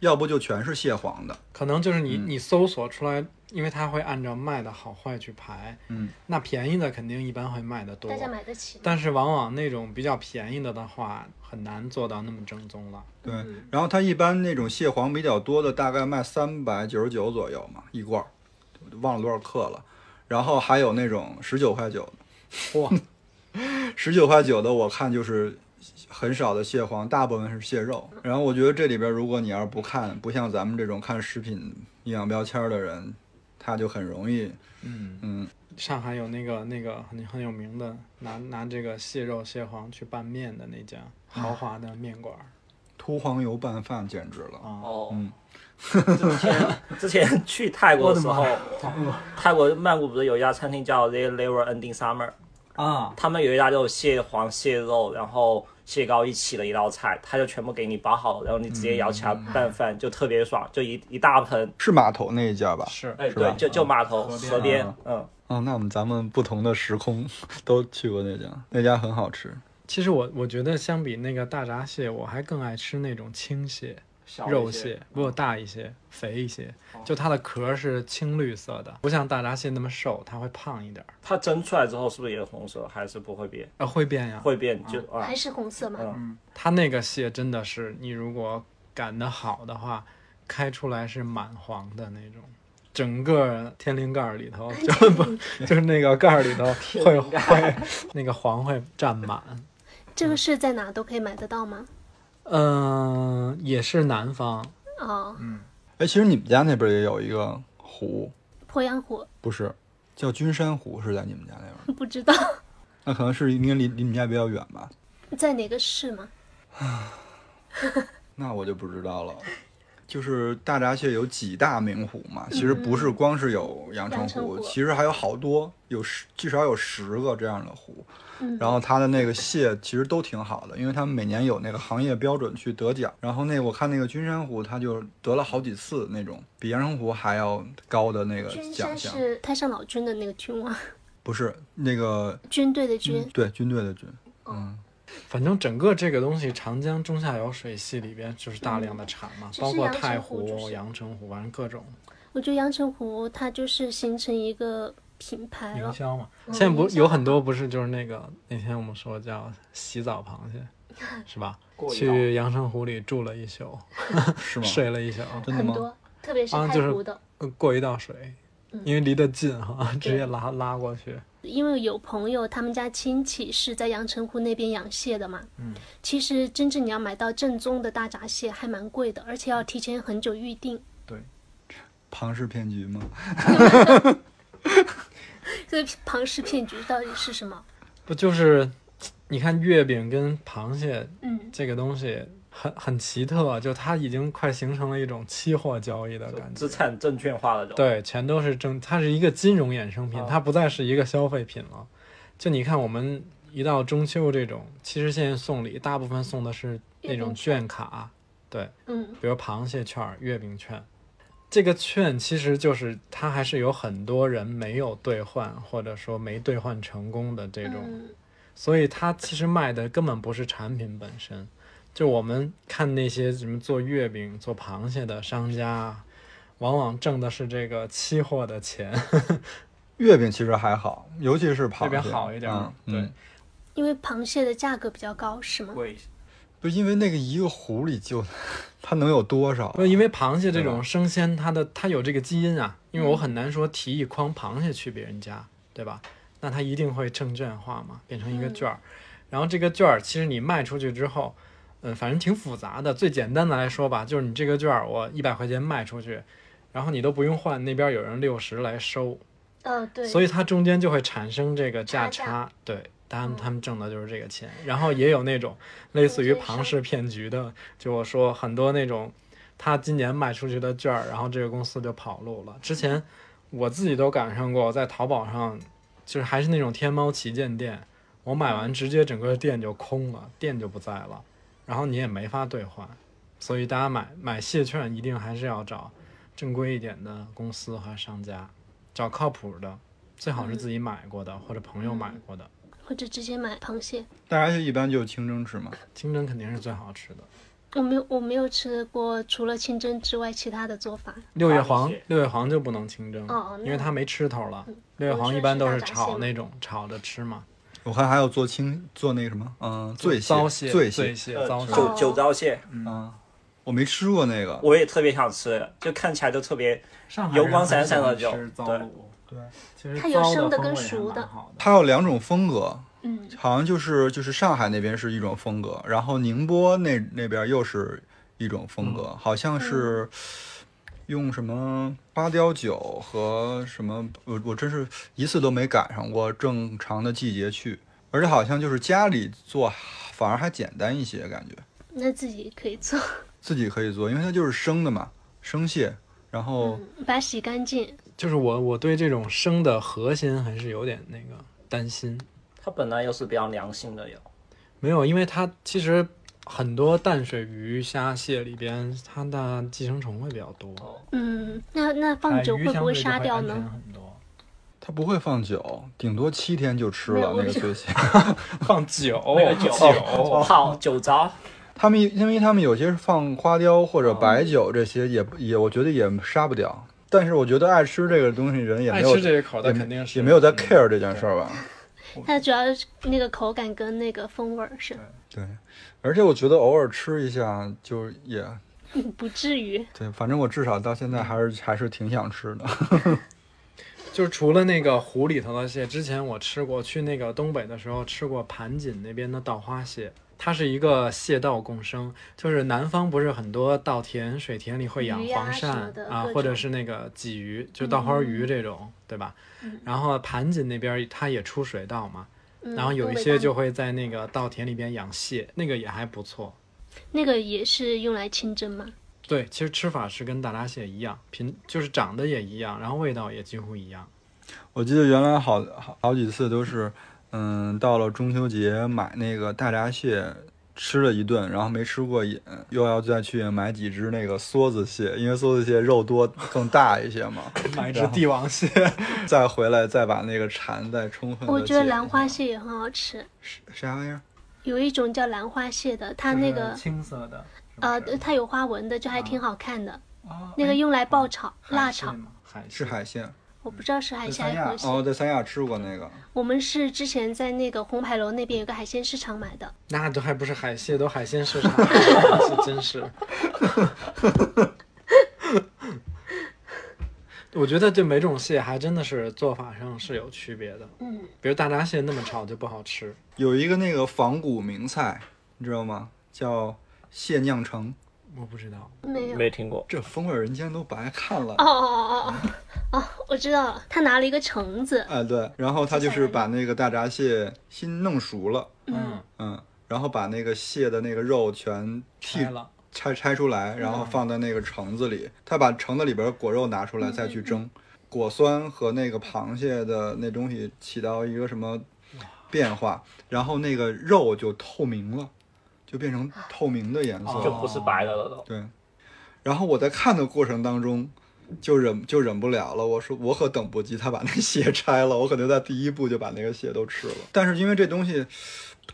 Speaker 3: 要不就全是蟹黄的。
Speaker 1: 可能就是
Speaker 3: 嗯
Speaker 1: 你、你搜索出来，因为它会按照卖的好坏去排，
Speaker 3: 嗯，
Speaker 1: 那便宜的肯定一般会卖的多
Speaker 2: 大，家买得起吗？
Speaker 1: 但是往往那种比较便宜的的话，很难做到那么正宗了。
Speaker 3: 对，然后它一般那种蟹黄比较多的，大概卖三百九十九左右嘛，一罐儿，忘了多少克了。然后还有那种十九块九
Speaker 1: 嚯，
Speaker 3: 的，十九块九的我看就是很少的蟹黄，大部分是蟹肉。然后我觉得这里边如果你要是不看，不像咱们这种看食品营养标签儿的人，他就很容易，
Speaker 1: 嗯，
Speaker 3: 嗯，
Speaker 1: 上海有那个那个很很有名的拿拿这个蟹肉蟹黄去拌面的那家
Speaker 3: 啊
Speaker 1: 豪华的面馆儿
Speaker 3: 秃黄油拌饭简直了。
Speaker 1: 啊，
Speaker 4: 哦，
Speaker 3: 嗯
Speaker 4: 之前 之前去泰国的时候
Speaker 6: 我的，
Speaker 4: 泰国曼谷不是有一家餐厅叫 The Never Ending Summer，
Speaker 6: 啊，
Speaker 4: 他们有一家就是蟹黄、蟹肉，然后蟹膏一起的一道菜，他就全部给你包好，然后你直接舀起来拌饭，就特别爽，就一一大盆。
Speaker 3: 是码头那一家吧？
Speaker 1: 是
Speaker 4: 哎，
Speaker 3: 是吧嗯
Speaker 4: 对，就就码头
Speaker 6: 河边
Speaker 4: 河边
Speaker 3: 啊，
Speaker 4: 嗯，
Speaker 3: 嗯，那我们咱们不同的时空 都去过那家，那家很好吃。
Speaker 1: 其实我我觉得相比那个大闸蟹，我还更爱吃那种青蟹、
Speaker 4: 小
Speaker 1: 肉
Speaker 4: 一些嗯哦
Speaker 1: 蟹，不大一些、肥一些，就它的壳是青绿色的，不像大闸蟹那么瘦，它会胖一点儿，
Speaker 4: 它蒸出来之后是不是也红色？还是不会变？
Speaker 1: 呃，会变呀。
Speaker 4: 会变就啊
Speaker 2: 还，是红色嘛，
Speaker 4: 嗯，
Speaker 1: 它那个蟹真的是，你如果擀得好的话，开出来是满黄的那种。整个天灵盖儿里头，
Speaker 2: 哎
Speaker 1: 就不就是那个盖儿里头 会会那个黄会占满。
Speaker 2: 这个是在哪都可以买得到吗？
Speaker 1: 嗯、也是南方，
Speaker 2: 哦，
Speaker 3: 哎，其实你们家那边也有一个湖，
Speaker 2: 鄱阳湖
Speaker 3: 不是叫君山湖，是在你们家那边儿？
Speaker 2: 不知道
Speaker 3: 那可能是应该离离你们家比较远吧？
Speaker 2: 在哪个市吗？
Speaker 3: 那我就不知道了。就是大闸蟹有几大名湖嘛，其实不是光是有阳
Speaker 2: 嗯
Speaker 3: 澄
Speaker 2: 阳澄湖
Speaker 3: 其实还有好多，有十至少有十个这样的湖。
Speaker 2: 嗯
Speaker 3: 然后它的那个蟹其实都挺好的，因为他们每年有那个行业标准去得奖。然后那我看那个君山湖，它就得了好几次那种比阳澄湖还要高的那个
Speaker 2: 军
Speaker 3: 奖
Speaker 2: 山
Speaker 3: 项，
Speaker 2: 是太上老君的那个君吗？
Speaker 3: 不是那个
Speaker 2: 军队的军，
Speaker 3: 对军队的军。
Speaker 1: 反正整个这个东西，长江中下游水系里边就是大量的产嘛，
Speaker 2: 其实
Speaker 1: 包括
Speaker 2: 嗯阳澄
Speaker 1: 太
Speaker 2: 湖就是
Speaker 1: 湖、阳澄湖，反正各种
Speaker 2: 我觉得阳澄湖它就是形成一个品牌
Speaker 1: 营
Speaker 2: 了，
Speaker 1: 销嘛。现在不
Speaker 2: 营销
Speaker 1: 有很多不是就是那个那天我们说叫洗澡螃蟹，是吧？
Speaker 4: 过一道
Speaker 1: 去阳澄湖里住了一宿，
Speaker 3: 是 吗？
Speaker 1: 睡了一宿，
Speaker 3: 真的
Speaker 2: 很
Speaker 3: 吗？
Speaker 2: 多，特别是
Speaker 1: 啊
Speaker 2: 太
Speaker 1: 就是
Speaker 2: 湖的，
Speaker 4: 嗯
Speaker 1: 呃过一道水，因为离得近哈，直接拉拉过去。
Speaker 2: 因为有朋友他们家亲戚是在阳澄湖那边养蟹的嘛。嗯，其实真正你要买到正宗的大闸蟹还蛮贵的，而且要提前很久预定。
Speaker 3: 庞氏骗局吗？
Speaker 2: 所以庞氏骗局到底是什么？
Speaker 1: 不就是，你看月饼跟螃蟹
Speaker 2: 嗯，
Speaker 1: 这个东西很很奇特，啊就它已经快形成了一种期货交易的感觉
Speaker 4: 资。产证券化了就。
Speaker 1: 对，全都是正，它是一个金融衍生品，它不再是一个消费品了。就你看，我们一到中秋这种，其实现在送礼大部分送的是那种券卡，对，
Speaker 2: 嗯，
Speaker 1: 比如螃蟹券儿、月饼券。这个券其实就是它还是有很多人没有兑换，或者说没兑换成功的这种
Speaker 2: 嗯
Speaker 1: 所以它其实卖的根本不是产品本身。就我们看那些什么做月饼、做螃蟹的商家，啊往往挣的是这个期货的钱，
Speaker 3: 月饼其实还好，尤其是螃蟹
Speaker 1: 这边啊好一点儿。
Speaker 3: 嗯、
Speaker 1: 对
Speaker 3: 嗯，，
Speaker 2: 因为螃蟹的价格比较高，是吗？
Speaker 4: 贵
Speaker 3: 不因为那个一个壶里就它能有多少啊
Speaker 1: 不？因为螃蟹这
Speaker 3: 对吧
Speaker 1: 种生鲜，它的它有这个基因啊，因为
Speaker 2: 嗯
Speaker 1: 我很难说提一筐螃蟹去别人家，对吧？那它一定会证券化嘛，变成一
Speaker 2: 嗯
Speaker 1: 个券儿。然后这个券儿，其实你卖出去之后，嗯，反正挺复杂的。最简单的来说吧，就是你这个券儿，我一百块钱卖出去，然后你都不用换，那边有人六十来收，
Speaker 2: 嗯、对。
Speaker 1: 所以它中间就会产生这个价差。
Speaker 2: 差价嗯
Speaker 1: 对，他们他们挣的就是这个钱。然后也有那种类似于
Speaker 2: 中间
Speaker 1: 庞氏骗局的，就我说很多那种，他今年卖出去的券儿，然后这个公司就跑路了。之前我自己都赶上过，我在淘宝上就是还是那种天猫旗舰店，我买完直接整个店就空了，店就不在了，然后你也没法兑换。所以大家买买蟹券一定还是要找正规一点的公司和商家，找靠谱的，最好是自己买过的、或者朋友买过的，
Speaker 2: 或者直接买螃蟹，
Speaker 3: 大闸蟹一般就是清蒸吃嘛。
Speaker 1: 清蒸肯定是最好吃的。
Speaker 2: 我没有我没有吃过除了清蒸之外其他的做法。
Speaker 1: 六月
Speaker 4: 螃
Speaker 1: 黄
Speaker 4: 蟹，
Speaker 1: 六月黄就不能清蒸，
Speaker 2: 哦
Speaker 1: 因为
Speaker 2: 那
Speaker 1: 它没吃头了。六月
Speaker 2: 我
Speaker 1: 黄
Speaker 2: 说
Speaker 1: 一般
Speaker 2: 是
Speaker 1: 都
Speaker 2: 大
Speaker 1: 是
Speaker 2: 闸蟹
Speaker 1: 炒
Speaker 2: 吗
Speaker 1: 那种炒着吃嘛，
Speaker 3: 我看还有做青做那个什么，嗯，醉
Speaker 1: 糟
Speaker 3: 蟹，
Speaker 1: 醉
Speaker 3: 醉
Speaker 1: 蟹、
Speaker 3: 蟹，
Speaker 1: 糟蟹，
Speaker 4: 呃酒酒糟蟹，
Speaker 3: 嗯，我没吃过那个，
Speaker 4: 我也特别想吃，就看起来就特别
Speaker 1: 上海
Speaker 4: 油
Speaker 1: 人
Speaker 4: 光
Speaker 1: 很
Speaker 4: 闪
Speaker 1: 喜
Speaker 4: 闪
Speaker 1: 欢
Speaker 4: 的就
Speaker 1: 吃糟
Speaker 4: 对
Speaker 1: 卤，对，其实
Speaker 2: 它有
Speaker 1: 糟
Speaker 2: 生的
Speaker 1: 风
Speaker 2: 跟
Speaker 1: 味还
Speaker 2: 熟
Speaker 1: 蛮
Speaker 2: 的
Speaker 1: 好的
Speaker 3: 它有两种风格，
Speaker 2: 嗯，
Speaker 3: 好像就是就是上海那边是一种风格，然后宁波那那边又是一种风格，好像
Speaker 2: 嗯
Speaker 3: 是用什么花雕酒和什么，我我真是一次都没赶上过正常的季节去，而且好像就是家里做反而还简单一些，感觉
Speaker 2: 那自己可以 做，
Speaker 3: 自己可以做，因为它就是生的嘛，生蟹，然后
Speaker 2: 把它洗干净。
Speaker 1: 就是我我对这种生的核心还是有点那个担心，
Speaker 4: 它本来又是比较良性的油，
Speaker 1: 没有，因为它其实很多淡水鱼、虾蟹里边，它的寄生虫会比较多，
Speaker 2: 嗯，那
Speaker 1: 海
Speaker 2: 那放久
Speaker 1: 哎鱼
Speaker 2: 会
Speaker 1: 相
Speaker 2: 不会
Speaker 1: 对就
Speaker 2: 杀掉
Speaker 1: 安
Speaker 2: 呢
Speaker 1: 全？很多，
Speaker 3: 它不会放酒，顶多七天就吃
Speaker 2: 没有
Speaker 3: 了
Speaker 2: 我
Speaker 3: 那个
Speaker 2: 是
Speaker 3: 醉蟹。
Speaker 1: 放酒，
Speaker 4: 那个酒
Speaker 1: 酒，
Speaker 4: 泡哦酒糟，
Speaker 3: 他们因为他们有些是放花雕或
Speaker 1: 哦
Speaker 3: 者白酒这些也，也我觉得也杀不掉。但是我觉得爱吃这个东西人也没
Speaker 1: 爱
Speaker 3: 有
Speaker 1: 吃这一口的
Speaker 3: 也没
Speaker 1: 肯定是
Speaker 3: 也没有在
Speaker 1: 嗯
Speaker 3: care 这件事儿吧。
Speaker 2: 它主要是那个口感跟那个风味儿是
Speaker 3: 对，而且我觉得偶尔吃一下就也
Speaker 2: 不至于。
Speaker 3: 对，反正我至少到现在还是还是挺想吃的。
Speaker 1: 就是除了那个湖里头的蟹，之前我吃过，去那个东北的时候吃过盘锦那边的稻花蟹，它是一个蟹稻共生，就是南方不是很多稻田、水田里会养
Speaker 2: 鱼呀
Speaker 1: 黄
Speaker 2: 什么
Speaker 1: 鳝
Speaker 2: 的
Speaker 1: 啊
Speaker 2: 各，
Speaker 1: 或者
Speaker 2: 种嗯
Speaker 1: 是那个鲫鱼，就稻花鱼这种，对吧？然后盘锦那边它也出水稻嘛，
Speaker 2: 嗯、
Speaker 1: 然后有
Speaker 2: 东
Speaker 1: 一
Speaker 2: 北
Speaker 1: 些
Speaker 2: 大
Speaker 1: 就会在那个稻田里边养蟹，那个也还不错。
Speaker 2: 那个也是用来清蒸嘛。
Speaker 1: 对，其实吃法是跟大闸蟹一样，品就是长得也一样，然后味道也几乎一样。
Speaker 3: 我记得原来好好好几次都是，嗯，到了中秋节买那个大闸蟹吃了一顿，然后没吃过瘾，又要再去买几只那个梭子蟹，因为梭子蟹肉多更大一些嘛。
Speaker 1: 买一只帝王蟹，
Speaker 3: 再回来再把那个馋再充
Speaker 1: 嗯
Speaker 3: 分。
Speaker 2: 我觉得兰花蟹也很好吃，
Speaker 3: 是啥玩意儿？
Speaker 2: 有一种叫兰花蟹的，它那个
Speaker 1: 青色的，
Speaker 2: 呃，它有花纹的，就还
Speaker 1: 啊
Speaker 2: 挺好看的。那个用来爆炒、辣炒，
Speaker 1: 哎嗯海嗯
Speaker 3: 是海鲜。
Speaker 2: 我不知道是海
Speaker 3: 在
Speaker 2: 鲜还
Speaker 3: 三
Speaker 2: 是
Speaker 3: 亚
Speaker 2: 河
Speaker 3: 哦，
Speaker 2: 蟹。
Speaker 3: 在三亚吃过那个，
Speaker 2: 我们是之前在那个红牌楼那边有个海鲜市场买的，
Speaker 1: 那都还不是海蟹，都海鲜市 场，是真是。 我觉得这每种蟹还真的是做法上是有区别的，
Speaker 2: 嗯，
Speaker 1: 比如大闸蟹那么炒就不好吃，
Speaker 3: 有一个那个仿古名菜，你知道吗？叫蟹酿橙，
Speaker 1: 我不知道。
Speaker 2: 没有。
Speaker 4: 没听过。
Speaker 3: 这风味人间都白看了。
Speaker 2: 哦哦哦哦哦，哦，我知道了，他拿了一个橙子，
Speaker 3: 哎，对，然后他就是把那个大闸蟹先弄熟了，
Speaker 1: 嗯，
Speaker 3: 嗯，然后把那个蟹的那个肉全剔
Speaker 1: 拆了，嗯
Speaker 3: 拆拆出来，然后放在那个橙子里，他把橙子里边果肉拿出来再去蒸，果酸和那个螃蟹的那东西起到一个什么变化，然后那个肉就透明了，就变成透明的颜色
Speaker 1: 哦
Speaker 4: 就
Speaker 3: 了。
Speaker 4: 不是白的了都。
Speaker 3: 对，然后我在看的过程当中。就忍就忍不了了，我说我可等不及他把那蟹拆了，我可能在第一步就把那个蟹都吃了。但是因为这东西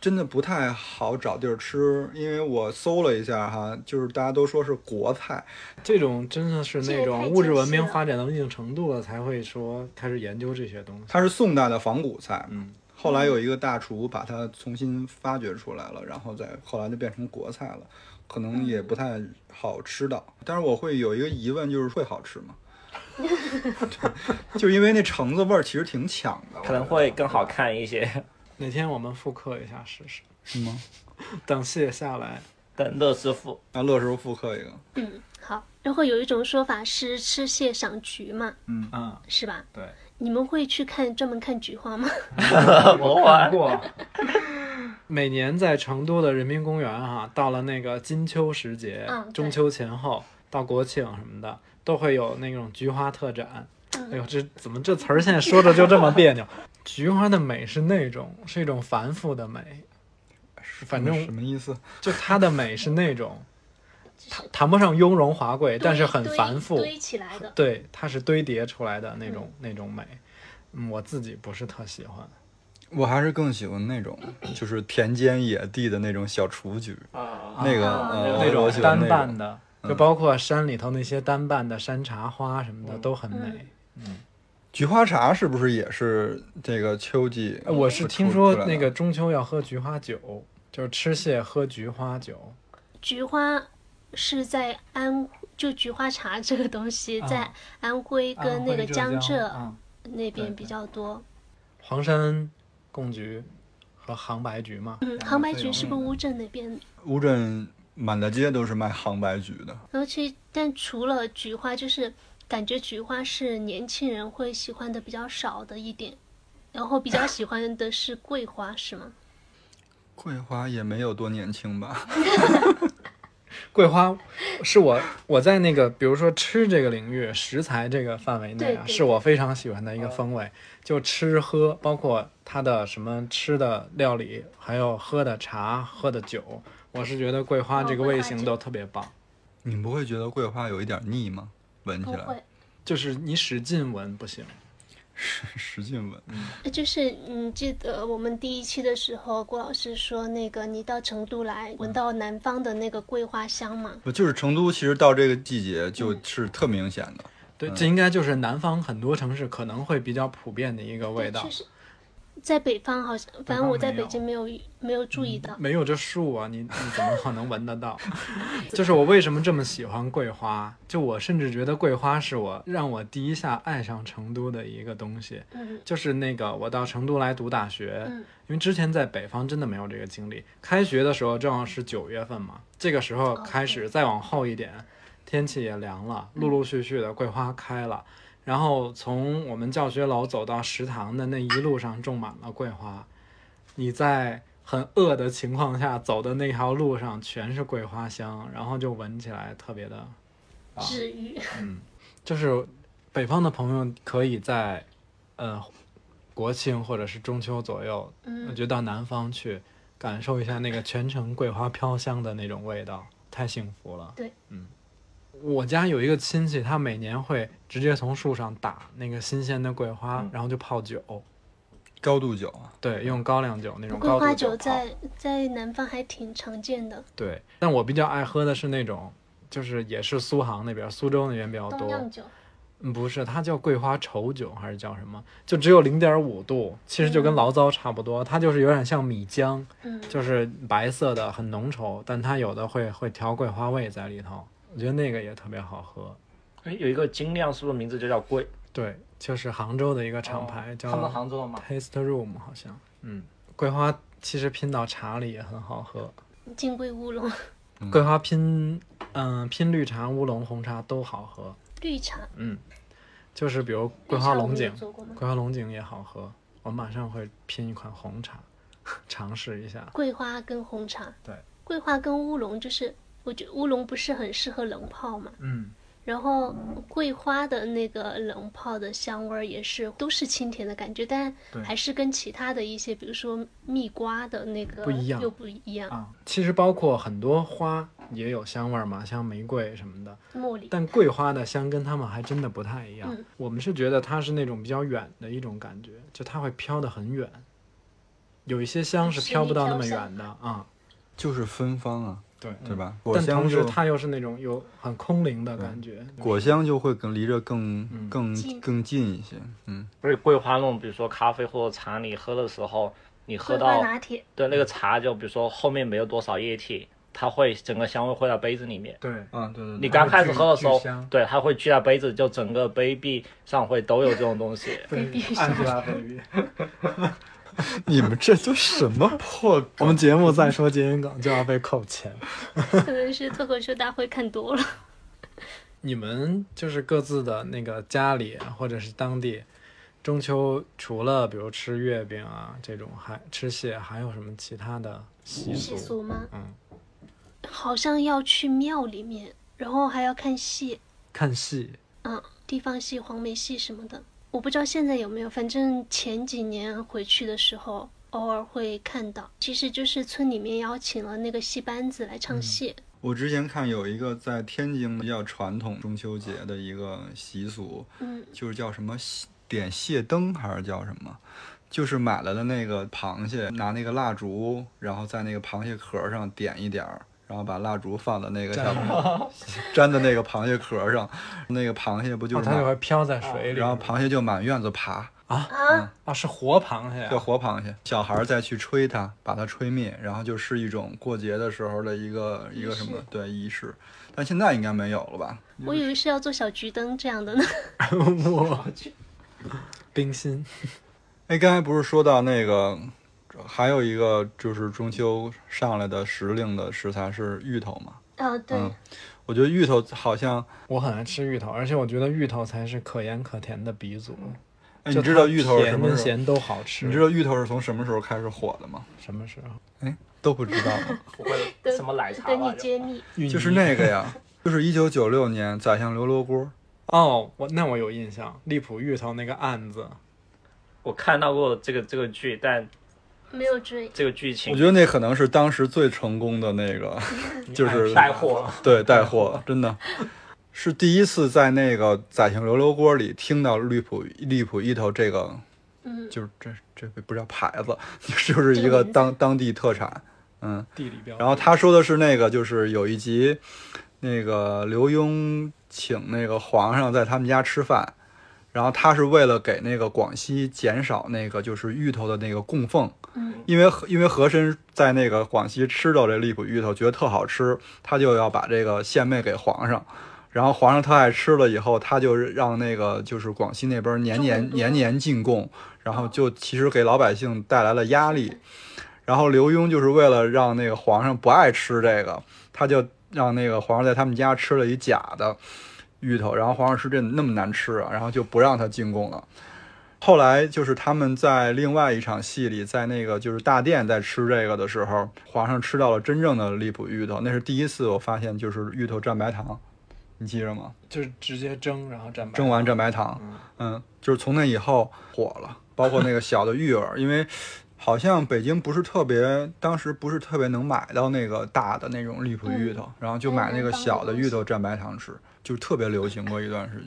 Speaker 3: 真的不太好找地儿吃，因为我搜了一下哈，就是大家都说是国菜，
Speaker 1: 这种真的是那
Speaker 2: 这也太
Speaker 1: 种
Speaker 2: 精
Speaker 1: 物质文明
Speaker 2: 细了
Speaker 1: 发展到一定程度了，才会说开始研究这些东西。
Speaker 3: 它是宋代的仿古菜，
Speaker 1: 嗯，
Speaker 3: 后来有一个大厨把它重新发掘出来了，然后再后来就变成国菜了，可能也不太好吃到。但是我会有一个疑问，就是会好吃吗？ 就因为那橙子味儿其实挺抢的，
Speaker 4: 可能
Speaker 3: 我觉
Speaker 4: 会更好看一 些。
Speaker 1: 哪天我们复刻一下试试，
Speaker 3: 得是吗？
Speaker 1: 等蟹下来，
Speaker 4: 等乐师傅，
Speaker 3: 那啊乐师傅复刻一个，
Speaker 2: 嗯好。然后有一种说法是吃蟹赏菊嘛，
Speaker 1: 嗯，
Speaker 2: 是吧？
Speaker 1: 对。
Speaker 2: 你们会去看专门看菊花吗？
Speaker 4: 我玩
Speaker 1: 过。每年在成都的人民公园哈、到了那个金秋时节，
Speaker 2: 嗯对
Speaker 1: 中秋前后到国庆什么的，都会有那种菊花特展。
Speaker 2: 嗯
Speaker 1: 哎呦，这怎么这词儿现在说着就这么别扭？ 菊花的美是那种，是一种繁复的美，反正
Speaker 3: 什么意思？
Speaker 1: 就它的美是那种， 谈谈不上雍容华贵， 但是
Speaker 2: 堆
Speaker 1: 很
Speaker 2: 堆
Speaker 1: 繁复，
Speaker 2: 堆起来的。
Speaker 1: 嗯对，它是堆叠出来的那种那种美。嗯，我自己不是特喜欢。
Speaker 3: 我还是更喜欢那种，就是田间野地的那种小雏菊，
Speaker 4: 啊
Speaker 3: 那个
Speaker 2: 啊
Speaker 3: 呃
Speaker 1: 那
Speaker 3: 我
Speaker 1: 种嗯
Speaker 3: 喜欢
Speaker 1: 单
Speaker 3: 那
Speaker 1: 瓣的，就包括山里头那些单瓣的山茶花什么
Speaker 2: 嗯
Speaker 1: 的都很美。
Speaker 3: 菊花茶是不是也是这个秋季会
Speaker 1: 呃
Speaker 3: 出？
Speaker 1: 我是听说
Speaker 3: 出来的
Speaker 1: 那个中秋要喝菊花酒，就是吃蟹喝菊花酒。
Speaker 2: 菊花是在安，就菊花茶这个东西
Speaker 1: 啊
Speaker 2: 在安徽跟那个江浙
Speaker 1: 嗯
Speaker 2: 那边
Speaker 3: 对
Speaker 2: 比较多。
Speaker 1: 黄山贡菊和杭白菊嘛，
Speaker 2: 嗯，
Speaker 3: 对
Speaker 2: 杭白
Speaker 3: 这
Speaker 2: 菊
Speaker 3: 种
Speaker 2: 是不是乌镇那边？
Speaker 3: 乌镇满大街都是卖杭白菊的，
Speaker 2: 尤其但除了菊花，就是感觉菊花是年轻人会喜欢的比较少的一点，然后比较喜欢的是桂花，是吗？
Speaker 3: 桂花也没有多年轻吧？
Speaker 1: 桂花是我我在那个比如说吃这个领域食材这个范围内
Speaker 2: 对嗯
Speaker 1: 啊，
Speaker 2: 对
Speaker 1: 是我非常喜欢的一个风味，就吃喝，包括它的什么吃的料理，还有喝的茶、喝的酒，我是觉得桂花
Speaker 2: 哦
Speaker 1: 这个
Speaker 2: 桂
Speaker 1: 味
Speaker 2: 花
Speaker 1: 型
Speaker 2: 酒
Speaker 1: 都特别棒，
Speaker 3: 你不会觉得桂花有一点腻吗？闻
Speaker 1: 啊
Speaker 3: 起
Speaker 2: 不
Speaker 3: 来
Speaker 2: 会，
Speaker 1: 就是你使劲闻不行，
Speaker 3: 使劲闻，
Speaker 2: 呃就是你记得我们第一期的时候，郭老师说那个你到成都来，
Speaker 1: 嗯
Speaker 2: 闻到南方的那个桂花香嘛？
Speaker 3: 不就是成都？其实到这个季节就是特明显的。
Speaker 1: 对，这应该就是南方很多城市可能会比较普遍的一个味
Speaker 2: 对，
Speaker 1: 道
Speaker 2: 确，实，在北方好像，反正我在
Speaker 1: 没有嗯
Speaker 2: 北京没有没有注意到。
Speaker 1: 没有这树啊，你你怎么可能闻得到？就是我为什么这么喜欢桂花？就我甚至觉得桂花是我让我第一下爱上成都的一个东西。
Speaker 2: 嗯，
Speaker 1: 就是那个我到成都来读大学，
Speaker 2: 嗯
Speaker 1: 因为之前在北方真的没有这个经历。开学的时候正好是九月份嘛，这个时
Speaker 2: 哦
Speaker 1: 候开始，再往后一点，天气也凉了，
Speaker 2: 嗯
Speaker 1: 陆陆续续的桂花开了。然后从我们教学楼走到食堂的那一路上种满了桂花，你在很饿的情况下走的那条路上全是桂花香，然后就闻起来特别的啊
Speaker 2: 至 于
Speaker 1: 就是北方的朋友可以在，呃，国庆或者是中秋左右，
Speaker 2: 嗯，
Speaker 1: 就到南方去感受一下那个全城桂花飘香的那种味道，太幸福了。
Speaker 2: 对，
Speaker 1: 嗯，我家有一个亲戚，他每年会直接从树上打那个新鲜的桂花，
Speaker 4: 嗯
Speaker 1: 然后就泡酒，
Speaker 3: 高度酒啊，
Speaker 1: 对，用高粱酒那种
Speaker 2: 桂
Speaker 1: 高
Speaker 2: 花
Speaker 1: 度
Speaker 2: 酒
Speaker 1: 酒泡。
Speaker 2: 在在南方还挺常见的，
Speaker 1: 对，但我比较爱喝的是那种，就是也是苏杭那边、苏州那边比较多。
Speaker 2: 东酿酒。
Speaker 1: 嗯，不是，它叫桂花稠酒还是叫什么？就只有零点五度，其实就
Speaker 4: 嗯
Speaker 1: 跟醪糟差不多。它就是有点像米浆，
Speaker 2: 嗯，
Speaker 1: 就是白色的，很浓稠，但它有的会会调桂花味在里头。我觉得那个也特别好喝。
Speaker 4: 哎，有一个精酿是不是名字就叫桂？
Speaker 1: 对，就是杭州的一个厂牌、
Speaker 4: 哦他们
Speaker 1: 叫
Speaker 4: 杭州的嘛。
Speaker 1: Taste Room，好像。嗯，桂花其实拼到茶里也很好喝，
Speaker 2: 金龟乌龙
Speaker 1: 桂花拼嗯、拼绿茶、乌龙、红茶都好喝。
Speaker 2: 绿茶，
Speaker 1: 嗯，就是比如
Speaker 2: 绿
Speaker 1: 桂
Speaker 2: 茶
Speaker 1: 花
Speaker 2: 我
Speaker 1: 龙
Speaker 2: 们有
Speaker 1: 井。
Speaker 2: 做过吗？
Speaker 1: 桂花龙井也好喝，我马上会拼一款红茶， 尝试一下。
Speaker 2: 桂花跟红茶，
Speaker 1: 对，
Speaker 2: 桂花跟乌龙就是，我觉得乌龙不是很适合冷泡嘛，
Speaker 1: 嗯，
Speaker 2: 然后桂花的那个冷泡的香味儿也是都是清甜的感觉，但
Speaker 1: 对
Speaker 2: 还是跟其他的一些，比如说蜜瓜的那个
Speaker 1: 不一样
Speaker 2: 又不一样，
Speaker 1: 啊，其实包括很多花也有香味儿嘛，像玫瑰什么的，
Speaker 2: 茉莉。
Speaker 1: 但桂花的香跟它们还真的不太一样。
Speaker 2: 嗯
Speaker 1: 我们是觉得它是那种比较远的一种感觉，就它会飘得很远，有一些香是
Speaker 2: 是
Speaker 1: 飘
Speaker 2: 一
Speaker 1: 不到那
Speaker 2: 飘
Speaker 1: 么
Speaker 2: 散
Speaker 1: 远的啊、
Speaker 3: 就是芬芳啊，
Speaker 1: 对。
Speaker 3: 对吧？果
Speaker 1: 嗯但
Speaker 3: 香
Speaker 1: 同时，
Speaker 3: 就
Speaker 1: 它又是那种有很空灵的感觉。
Speaker 3: 果香就会更离着更、
Speaker 1: 嗯
Speaker 3: 更
Speaker 2: 近
Speaker 3: 更近一些，嗯，
Speaker 4: 而且桂花那种，比如说咖啡或者茶，你喝的时候，你喝
Speaker 2: 桂花
Speaker 4: 到
Speaker 2: 拿铁，
Speaker 4: 对那个茶，就比如说后面没有多少液体，它会整个香味会到杯子里面。
Speaker 1: 对，
Speaker 3: 啊，对对
Speaker 4: 你刚开始喝的时
Speaker 1: 它会
Speaker 4: 候
Speaker 1: 聚聚香，
Speaker 4: 对，它嗯会聚在杯子，就整个杯壁上会都有这种东西。
Speaker 1: 对
Speaker 2: 必须
Speaker 1: 安吉拉 贝比。
Speaker 3: 你们这都什么破梗？啊
Speaker 1: 我们节目再 说谐音梗就要被扣钱。
Speaker 2: 可能是脱口秀大会看 多了。
Speaker 1: 你们就是各自的那个家里啊或者是当地，中秋除了比如吃月饼啊这种，还吃蟹，还有什么其他的习俗？
Speaker 2: 习俗吗？
Speaker 1: 嗯，
Speaker 2: 好像要去庙里面，然后还要看戏，
Speaker 1: 看戏，
Speaker 2: 嗯，地方戏、黄梅戏什么的。我不知道现在有没有，反正前几年回去的时候，偶尔会看到。其实就是村里面邀请了那个戏班子来唱戏，
Speaker 3: 我之前看有一个在天津比较传统中秋节的一个习俗，
Speaker 2: 嗯，
Speaker 3: 就是叫什么点蟹灯还是叫什么？就是买来的那个螃蟹，拿那个蜡烛，然后在那个螃蟹壳上点一点儿，然后把蜡烛放到那个下面，粘在那个螃蟹壳上，那个螃蟹不就
Speaker 1: 哦
Speaker 3: 是
Speaker 1: 它就
Speaker 3: 满，
Speaker 1: 会飘在水里。
Speaker 3: 然后螃蟹就满院子爬，
Speaker 1: 啊，是活螃蟹
Speaker 3: 叫
Speaker 1: 啊，
Speaker 3: 活螃蟹，小孩儿再去吹它，把它吹灭，然后就是一种过节的时候的一个一个什么对仪式，但现在应该没有了吧？
Speaker 2: 我以为是要做小桔灯这样的呢。
Speaker 1: 我去，冰心
Speaker 3: 哎，刚才不是说到那个，还有一个就是中秋上来的时令的食材是芋头嘛？
Speaker 2: 哦，对，
Speaker 3: 嗯我觉得芋头好像，
Speaker 1: 我很爱吃芋头，而且我觉得芋头才是可盐可甜的鼻祖。
Speaker 3: 哎，
Speaker 1: 就
Speaker 3: 你知道
Speaker 1: 它
Speaker 3: 芋头是什
Speaker 1: 甜
Speaker 3: 么
Speaker 1: 跟
Speaker 3: 时候？
Speaker 1: 咸都好吃。
Speaker 3: 你知道芋头是从什么时候开始火的吗？
Speaker 1: 什么时候？
Speaker 3: 哎，都不知道 吗，
Speaker 4: 不会什么奶茶
Speaker 2: 等
Speaker 4: 吧
Speaker 2: 你？揭秘。
Speaker 3: 就是那个呀，就是一九九六年宰相刘罗锅，
Speaker 1: 哦，我那我有印象，荔浦芋头那个案子，
Speaker 4: 我看到过这个这个剧，但
Speaker 2: 没有追，
Speaker 4: 这个剧情
Speaker 3: 我觉得那可能是当时最成功的 那个，
Speaker 1: 哎
Speaker 3: 就是
Speaker 4: 带货，
Speaker 3: 对带货，真的是第一次在那个宰相刘罗锅里听到荔浦荔浦芋头这个，
Speaker 2: 嗯
Speaker 3: 就是这这不叫牌子， 就是一
Speaker 2: 这个
Speaker 3: 个
Speaker 2: 名字
Speaker 3: 当当地特产，嗯。
Speaker 1: 地理标志。
Speaker 3: 然后他说的是那个，就是有一集，那个刘墉请那个皇上在他们家吃饭，然后他是为了给那个广西减少那个就是芋头的那个供奉，
Speaker 2: 嗯
Speaker 3: 因为和因为和珅在那个广西吃到这荔浦芋头，觉得特好吃，他就要把这个献媚给皇上。然后皇上特爱吃了以后，他就让那个就是广西那边年
Speaker 2: 种很
Speaker 3: 年
Speaker 2: 多嗯
Speaker 3: 年年进贡，然后就其实给老百姓带来了压力。然后刘墉就是为了让那个皇上不爱吃这个，他就让那个皇上在他们家吃了一假的芋头，然后皇上吃这那么难吃啊，然后就不让他进贡了。后来就是他们在另外一场戏里，在那个就是大殿在吃这个的时候，皇上吃到了真正的荔浦芋头，那是第一次我发现就是芋头蘸白糖，你记着吗？
Speaker 1: 就是直接蒸，然后蘸白
Speaker 3: 蒸完蘸白糖，嗯，就是从那以后火了，包括那个小的芋儿，因为好像北京不是特别，当时不是特别能买到那个大的那种荔浦芋头，然后就买那个小的芋头蘸白糖吃，就特别流行过一段时间。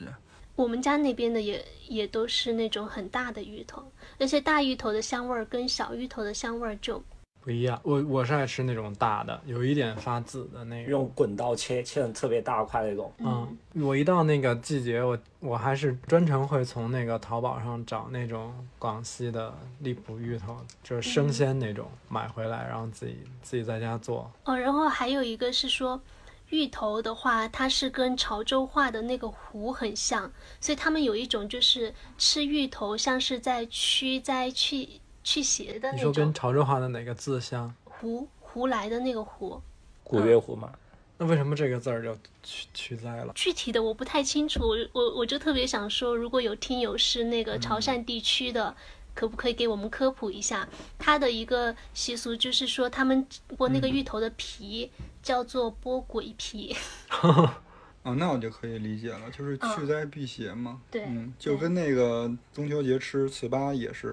Speaker 2: 我们家那边的也也都是那种很大的芋头，而且大芋头的香味儿跟小芋头的香味儿就
Speaker 1: 不一样。我我是爱吃那种大的，有一点发紫的那种。
Speaker 4: 用滚刀切，切成特别大块那种。
Speaker 1: 嗯，我一到那个季节，我我还是专程会从那个淘宝上找那种广西的荔浦芋头，就是生鲜那种，买回来然后自己自己在家做。
Speaker 2: 哦，然后还有一个是说，芋头的话，它是跟潮州话的那个湖很像，所以他们有一种就是吃芋头像是在驱灾去去邪的
Speaker 1: 你
Speaker 2: 那
Speaker 1: 说
Speaker 2: 种
Speaker 1: 跟潮州话的哪个字像？
Speaker 2: 湖湖来的那个湖。
Speaker 4: 古月湖嘛，
Speaker 1: 那为什么这个字儿就去去灾了？
Speaker 2: 具体的我不太清楚，我我我就特别想说，如果有听友是那个潮汕地区的，可不可以给我们科普一下？它的一个习俗就是说，他们剥
Speaker 1: 嗯
Speaker 2: 那个芋头的皮、叫做剥鬼皮，
Speaker 3: 哦，那我就可以理解了，就是去灾避邪嘛。
Speaker 2: 对
Speaker 3: 嗯，就跟那个中秋节吃糍粑也是，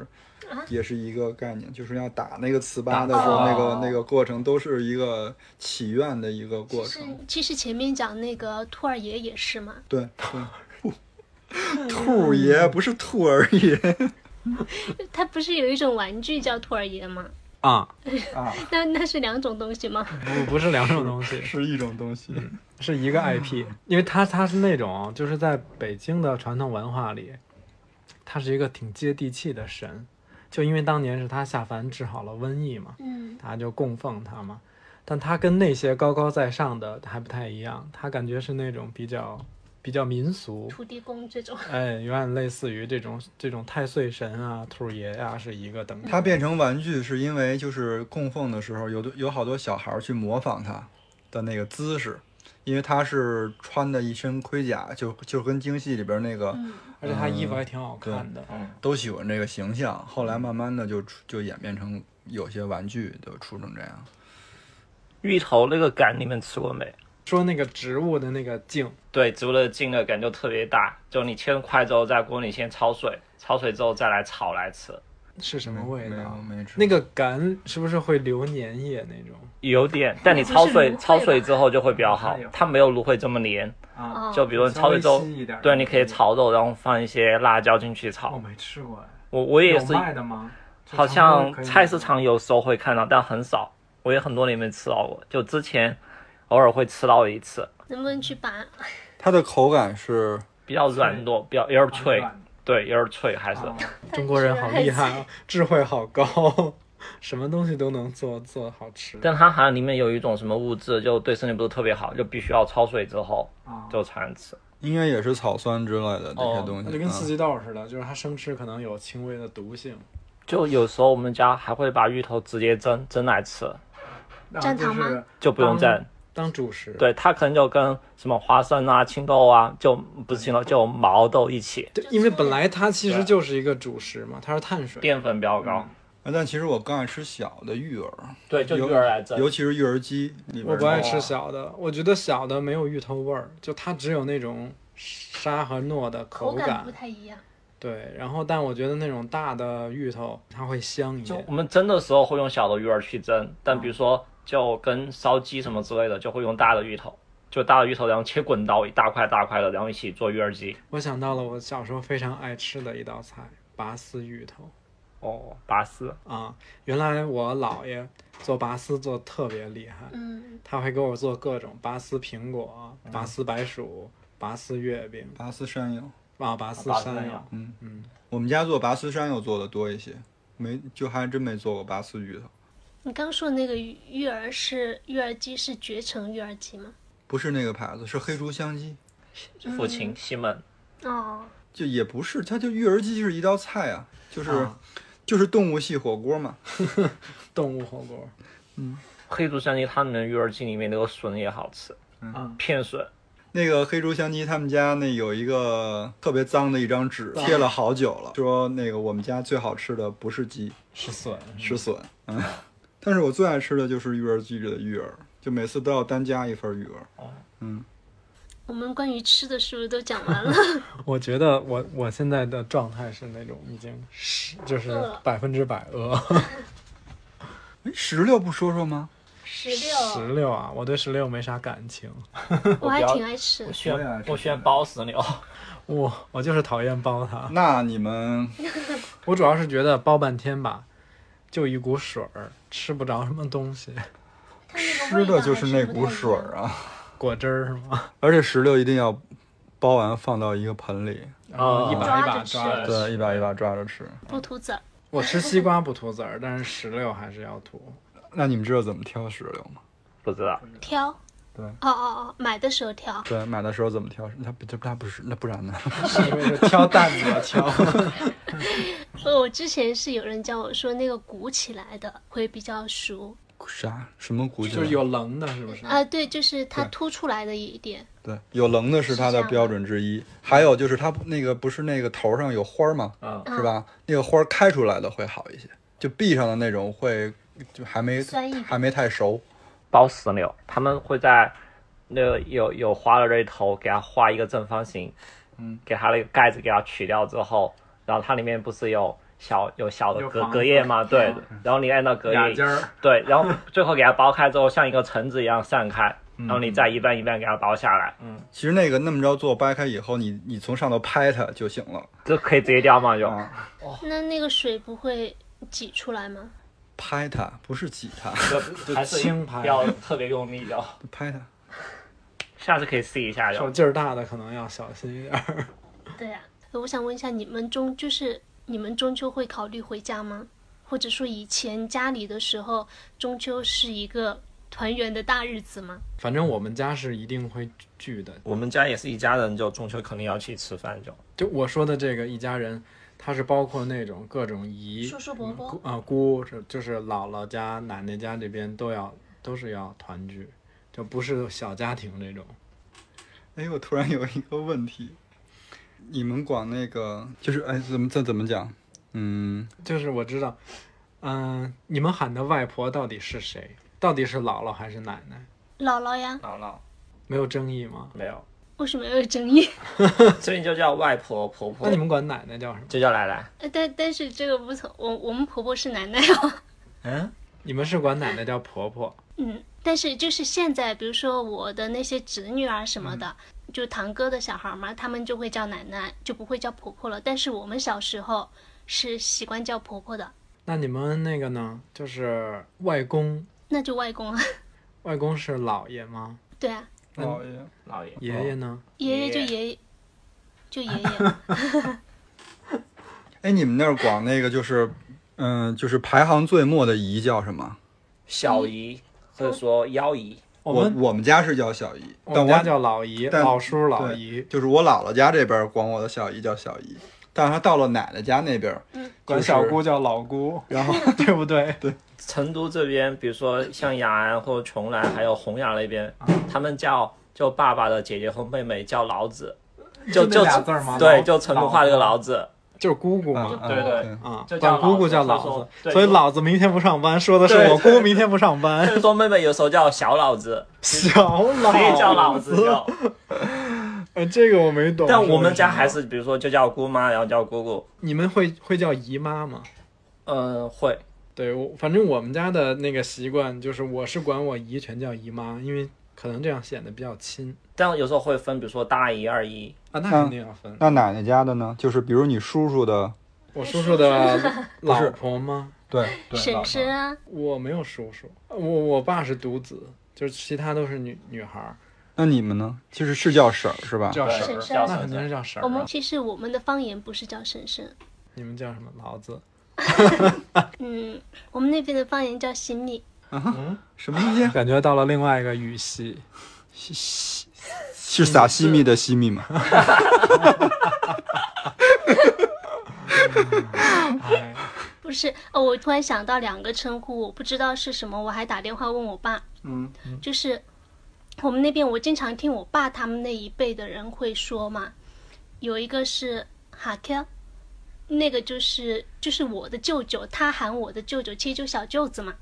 Speaker 2: 啊
Speaker 3: 也是一个概念，就是要打那个糍粑的时候，
Speaker 4: 打
Speaker 3: 那个
Speaker 4: 哦
Speaker 3: 那个过程都是一个祈愿的一个过
Speaker 2: 是
Speaker 3: 程。
Speaker 2: 其实前面讲那个兔儿爷也是嘛，
Speaker 3: 对 对，兔
Speaker 2: 嗯
Speaker 3: 爷不是兔儿爷
Speaker 2: 它不是有一种玩具叫兔儿爷吗？
Speaker 1: 啊，
Speaker 3: 啊，
Speaker 2: 那那是两种东西吗？
Speaker 1: 不不是两种东西，
Speaker 3: 是一种东西。
Speaker 4: 嗯
Speaker 1: 是一个
Speaker 3: 啊
Speaker 1: IP，因为它它是那种就是在北京的传统文化里，它是一个挺接地气的神，就因为当年是他下凡治好了瘟疫嘛，
Speaker 2: 嗯，
Speaker 1: 大家就供奉他嘛。但他跟那些高高在上的还不太一样，他感觉是那种比较比较民俗，
Speaker 2: 土地公这种，
Speaker 1: 哎，有点类似于这种这种太岁神啊、兔爷啊是一个等级。
Speaker 3: 它变成玩具是因为就是供奉的时候有的有好多小孩儿去模仿它的那个姿势，因为它是穿的一身盔甲，就就跟京戏里边那
Speaker 2: 嗯
Speaker 3: 个
Speaker 1: 而且他衣服还挺好
Speaker 3: 呃对
Speaker 1: 看的，
Speaker 3: 都喜欢这个形象，后来慢慢的就出就演变成有些玩具都出成这样。
Speaker 4: 芋头那个杆你们吃过没？
Speaker 1: 说那个植物的那个茎，
Speaker 4: 对，植物的茎的感就特别大，就你切成块之后，在锅里先焯水，焯水之后再来炒来吃，
Speaker 1: 是什么味
Speaker 3: 嗯没有
Speaker 1: 道？
Speaker 3: 没吃
Speaker 1: 那个杆是不是会流粘液那种？
Speaker 4: 有点，但你
Speaker 2: 哦不是
Speaker 4: 焯
Speaker 2: 芦荟
Speaker 4: 水
Speaker 2: 啊吧
Speaker 4: 焯水之后就会比较好
Speaker 1: 还有，
Speaker 4: 它没有芦荟这么黏。
Speaker 2: 哦
Speaker 1: 啊，
Speaker 4: 就比如
Speaker 1: 稍
Speaker 4: 焯
Speaker 1: 微
Speaker 4: 水之后
Speaker 1: 稀一点，
Speaker 4: 对，你可以炒肉，然后放一些辣椒进去
Speaker 1: 我
Speaker 4: 炒。
Speaker 1: 哦没吃过哎，
Speaker 4: 我我也
Speaker 1: 有
Speaker 4: 是
Speaker 1: 卖的吗？就
Speaker 4: 好
Speaker 1: 常规
Speaker 4: 像
Speaker 1: 可以买
Speaker 4: 菜市场有时候会看到，但很少。我也很多年没吃到过，就之前偶尔会吃到一次，
Speaker 2: 能不能去拔？
Speaker 3: 它的口感是
Speaker 4: 比较软糯，比较有点脆，对，有点脆还是。
Speaker 1: 啊中国人好厉害啊，智慧好高， 什么东西都能做做好吃。
Speaker 4: 但它好像里面有一种什么物质，就对身体不是特别好，就必须要焯水之后就才能吃。
Speaker 3: 应该也是草酸之类的这些东
Speaker 1: 哦那
Speaker 3: 西，
Speaker 1: 就跟四
Speaker 3: 嗯
Speaker 1: 季豆似的，就是它生吃可能有轻微的毒性。
Speaker 4: 就有时候我们家还会把芋头直接蒸蒸来吃，
Speaker 2: 蘸糖吗
Speaker 4: 就不用
Speaker 1: 当
Speaker 4: 蒸。
Speaker 1: 当主食。
Speaker 4: 对，它可能就跟什么花生啊、青豆啊，就不是青豆，就毛豆一起，
Speaker 1: 对，因为本来它其实就是一个主食嘛，它是碳水。
Speaker 4: 淀粉比较高。
Speaker 3: 啊但其实我更爱吃小的芋儿，
Speaker 4: 对，就
Speaker 3: 有
Speaker 4: 芋儿来蒸。
Speaker 3: 尤其是芋儿鸡里边。
Speaker 1: 我不爱吃小的，我觉得小的没有芋头味儿，就它只有那种沙和糯的
Speaker 2: 口
Speaker 1: 口
Speaker 2: 感不太一样。
Speaker 1: 对，然后但我觉得那种大的芋头它会香一
Speaker 4: 就
Speaker 1: 些
Speaker 4: 我。们蒸的时候会用小的芋儿去蒸，但比如说就跟烧鸡什么之类的，就会用大的芋头，就大的芋头，然后切滚刀一大块大块的，然后一起做芋儿鸡。
Speaker 1: 我想到了我小时候非常爱吃的一道菜——拔丝芋头。
Speaker 4: 哦，拔丝，
Speaker 1: 啊，原来我姥爷做拔丝做得特别厉害，
Speaker 2: 嗯，
Speaker 1: 他会给我做各种拔丝苹果、拔丝白薯、拔丝月饼
Speaker 3: 拔丝山药，
Speaker 1: 啊、拔丝
Speaker 4: 拔丝
Speaker 1: 山
Speaker 4: 山
Speaker 1: 药
Speaker 4: 药。
Speaker 3: 嗯嗯，我们家做拔丝山药做的多一些，没就还真没做过拔丝芋头，
Speaker 2: 你刚说的那个鱼育儿是育儿鸡是绝成育儿鸡吗？
Speaker 3: 不是那个牌子，是黑竹香鸡，
Speaker 4: 父亲西门，
Speaker 2: 哦，
Speaker 3: 就也不是，它就芋儿鸡是一道菜啊，就是、
Speaker 1: 啊
Speaker 3: 就是动物系火锅嘛，
Speaker 1: 动物火锅
Speaker 4: 黑竹香鸡它里面芋儿鸡里面那个笋也好吃，
Speaker 3: 嗯
Speaker 1: 啊，
Speaker 4: 片笋。
Speaker 3: 那个黑竹香鸡他们家那有一个特别脏的一张纸，贴了好久了，说那个我们家最好吃的不是鸡，
Speaker 1: 是笋。
Speaker 3: 是笋。嗯，但是我最爱吃的就是育儿鸡里的育儿，就每次都要单加一份育儿。
Speaker 2: 我们关于吃的是不是都讲完了？
Speaker 1: 我觉得我我现在的状态是那种已经是就是
Speaker 2: 饿了
Speaker 1: 百分之百饿。
Speaker 3: 哎，石榴不说说吗？
Speaker 2: 石
Speaker 1: 石榴啊，我对石榴没啥感情，
Speaker 2: 我还挺爱吃
Speaker 4: 我
Speaker 2: 的。
Speaker 4: 喜
Speaker 3: 我也爱
Speaker 4: 欢
Speaker 3: 吃
Speaker 4: 我喜欢包石榴，
Speaker 1: 我我就是讨厌包它。
Speaker 3: 那你们
Speaker 1: 我主要是觉得包半天吧，就一股水儿，吃不着什么东西，
Speaker 2: 它那个
Speaker 3: 吃
Speaker 2: 味道
Speaker 3: 的
Speaker 2: 还
Speaker 3: 就是那股水
Speaker 2: 不
Speaker 3: 儿啊，
Speaker 1: 果汁儿是吗？
Speaker 3: 而且石榴一定要包完放到一个盆里，
Speaker 1: 然后一把一把
Speaker 2: 抓着吃
Speaker 1: 抓着
Speaker 3: 对，一把一把抓着吃。
Speaker 2: 太一样不吐籽儿，
Speaker 1: 我吃西瓜不吐籽儿，但是石榴还是要吐。
Speaker 3: 那你们知道怎么挑石榴吗？
Speaker 4: 不知道
Speaker 2: 挑。
Speaker 3: 对
Speaker 2: 哦哦哦，买的时候挑。
Speaker 3: 对，买的时候怎么挑？它不，这它不是，那不然呢？
Speaker 1: 因为是挑担子要挑。
Speaker 2: 呃，我之前是有人教我说那个鼓起来的会比较熟。
Speaker 3: 啥什么骨节？
Speaker 1: 就是有棱的，是不是？
Speaker 2: 啊，对，就是它凸出来的一点。
Speaker 3: 对，有棱的是它的标准之一，还有就是它那个不是那个头上有花儿吗？
Speaker 4: 嗯
Speaker 3: 是吧？那个花儿开出来的会好一些，就闭上的那种会就还没
Speaker 2: 酸一点
Speaker 3: 还没太熟。
Speaker 4: 包石榴，他们会在那个有有花的这头给它画一个正方形，嗯，给它那个盖子给它取掉之后，然后它里面不是有小有小的
Speaker 1: 有
Speaker 4: 隔
Speaker 1: 房子嗯
Speaker 4: 隔页吗？对，然后你按照隔
Speaker 1: 俩
Speaker 4: 页
Speaker 1: 尖儿，
Speaker 4: 对，然后最后给它剥开之后，像一个橙子一样散开，
Speaker 1: 嗯
Speaker 4: 然后你再一半一半给它剥下来，
Speaker 3: 其实那个那么着做掰开以后，你你从上头拍它就行了，
Speaker 4: 这可以直接掉吗？就
Speaker 1: 嗯
Speaker 3: 啊，
Speaker 2: 那那个水不会挤出来吗？
Speaker 3: 拍它不是挤它，
Speaker 4: 就还是
Speaker 1: 轻拍
Speaker 4: 要特别用力哦。
Speaker 3: 拍它。
Speaker 4: 下次可以试一下
Speaker 1: 手
Speaker 4: 哟。
Speaker 1: 劲儿大的可能要小心一点儿。
Speaker 2: 对呀、呃我想问一下，你们中就是你们中秋会考虑回家吗？或者说以前家里的时候，中秋是一个团圆的大日子吗？
Speaker 1: 反正我们家是一定会聚的。
Speaker 4: 我们家也是一家人，就中秋肯定要去吃饭就。
Speaker 1: 就我说的这个一家人，它是包括那种各种姨、
Speaker 2: 叔叔伯伯
Speaker 1: 姑啊、姑，是就是姥姥家、奶奶家这边都要都是要团聚，就不是小家庭这种。
Speaker 3: 哎，我突然有一个问题，你们管那个就是哎怎么这怎么讲？嗯，
Speaker 1: 就是我知道，嗯、你们喊的外婆到底是谁？到底是姥姥还是奶奶？
Speaker 2: 姥姥呀，
Speaker 4: 姥姥
Speaker 1: 没有争议吗？
Speaker 4: 没有，
Speaker 2: 为什么要有争议？
Speaker 4: 这边就叫外婆婆
Speaker 1: 那
Speaker 4: 婆
Speaker 1: 你，们管奶奶叫什么？
Speaker 4: 就叫奶奶。
Speaker 2: 呃但但是这个不同，我我们婆婆是奶奶哦。
Speaker 4: 嗯，
Speaker 1: 你们是管奶奶叫婆婆，
Speaker 2: 嗯，但是就是现在，比如说我的那些侄女啊什么的，就堂哥的小孩嘛，他们就会叫奶奶，就不会叫婆婆了。但是我们小时候是习惯叫婆婆的。
Speaker 1: 那你们那个呢？就是外公，
Speaker 2: 那就外公啊，
Speaker 1: 外公是老爷吗？
Speaker 2: 对啊，
Speaker 3: 姥爷，
Speaker 4: 老爷
Speaker 1: 爷爷呢？
Speaker 2: 爷爷就
Speaker 4: 爷
Speaker 2: 爷爷，就爷爷
Speaker 3: 哎，你们那儿管那个就是，嗯，就是排行最末的姨叫什么？
Speaker 4: 小姨或者说幺姨，
Speaker 1: 我
Speaker 3: 我
Speaker 1: 们
Speaker 3: 我们家是叫小姨，
Speaker 1: 我
Speaker 3: 但
Speaker 1: 们家
Speaker 3: 我
Speaker 1: 叫老姨、
Speaker 3: 但
Speaker 1: 老叔、老
Speaker 3: 对
Speaker 1: 姨，
Speaker 3: 就是我姥姥家这边管我的小姨叫小姨，但是她到了奶奶家那边，
Speaker 1: 管
Speaker 3: 就是
Speaker 1: 小姑叫老 姑，然后对不对？
Speaker 4: 成都这边，比如说像雅安或者邛崃，还有洪崖那边，他们叫就爸爸的姐姐和妹妹叫老子，就
Speaker 1: 那
Speaker 4: 就
Speaker 1: 俩字儿吗？
Speaker 4: 对，
Speaker 1: 老
Speaker 4: 就成都话这个老子，
Speaker 1: 就是姑姑嘛。
Speaker 3: 啊
Speaker 4: 对
Speaker 3: 啊
Speaker 4: 对
Speaker 1: 啊
Speaker 4: 就，叫
Speaker 1: 管姑姑叫
Speaker 4: 老子或者
Speaker 1: 老
Speaker 4: 说
Speaker 1: 子，
Speaker 4: 对
Speaker 1: 所以
Speaker 4: 就
Speaker 1: 老子明天不上班，说的是
Speaker 4: 对
Speaker 1: 我姑明天不上
Speaker 4: 或
Speaker 1: 班。
Speaker 4: 者说妹妹有时候叫小老子，
Speaker 1: 小
Speaker 4: 直接叫
Speaker 1: 老
Speaker 4: 老子 就。
Speaker 1: 哎，这个我没懂。
Speaker 4: 但我们家
Speaker 1: 是为什么
Speaker 4: 还是比如说就叫姑妈，然后叫姑姑，
Speaker 1: 你们会会叫姨妈吗？
Speaker 4: 嗯，会
Speaker 1: 对我，反正我们家的那个习惯就是，我是管我姨全叫姨妈，因为可能这样显得比较亲
Speaker 4: 但有时候会分，比如说大姨、二姨，
Speaker 1: 啊。那
Speaker 3: 嗯
Speaker 1: 肯定要分。
Speaker 3: 那奶奶家的呢？就是比如你叔叔的，
Speaker 1: 我叔叔
Speaker 2: 啊
Speaker 1: 的老婆吗？
Speaker 3: 对
Speaker 2: 婶婶啊，
Speaker 1: 我没有叔叔，我我爸是独子，就是其他都是女女孩儿，
Speaker 3: 那你们呢？就是是叫婶儿是吧？
Speaker 1: 叫婶
Speaker 2: 婶
Speaker 1: 儿，
Speaker 2: 婶
Speaker 1: 那肯定是叫婶儿
Speaker 2: 啊我们
Speaker 1: 啊。
Speaker 2: 其实我们的方言不是叫婶婶，
Speaker 1: 你们叫什么？老子？
Speaker 2: 嗯，我们那边的方言叫洗米，
Speaker 3: 什么意思？
Speaker 1: 感觉到了另外一个语系。
Speaker 3: 是撒西米的西 米吗？
Speaker 1: 哎，
Speaker 2: 不是哦。我突然想到两个称呼，我不知道是什么，我还打电话问我爸，
Speaker 3: 嗯，
Speaker 2: 就是我们那边我经常听我爸他们那一辈的人会说嘛，有一个是哈克。那个就是就是我的舅舅，他喊我的舅舅，其实就小舅子嘛。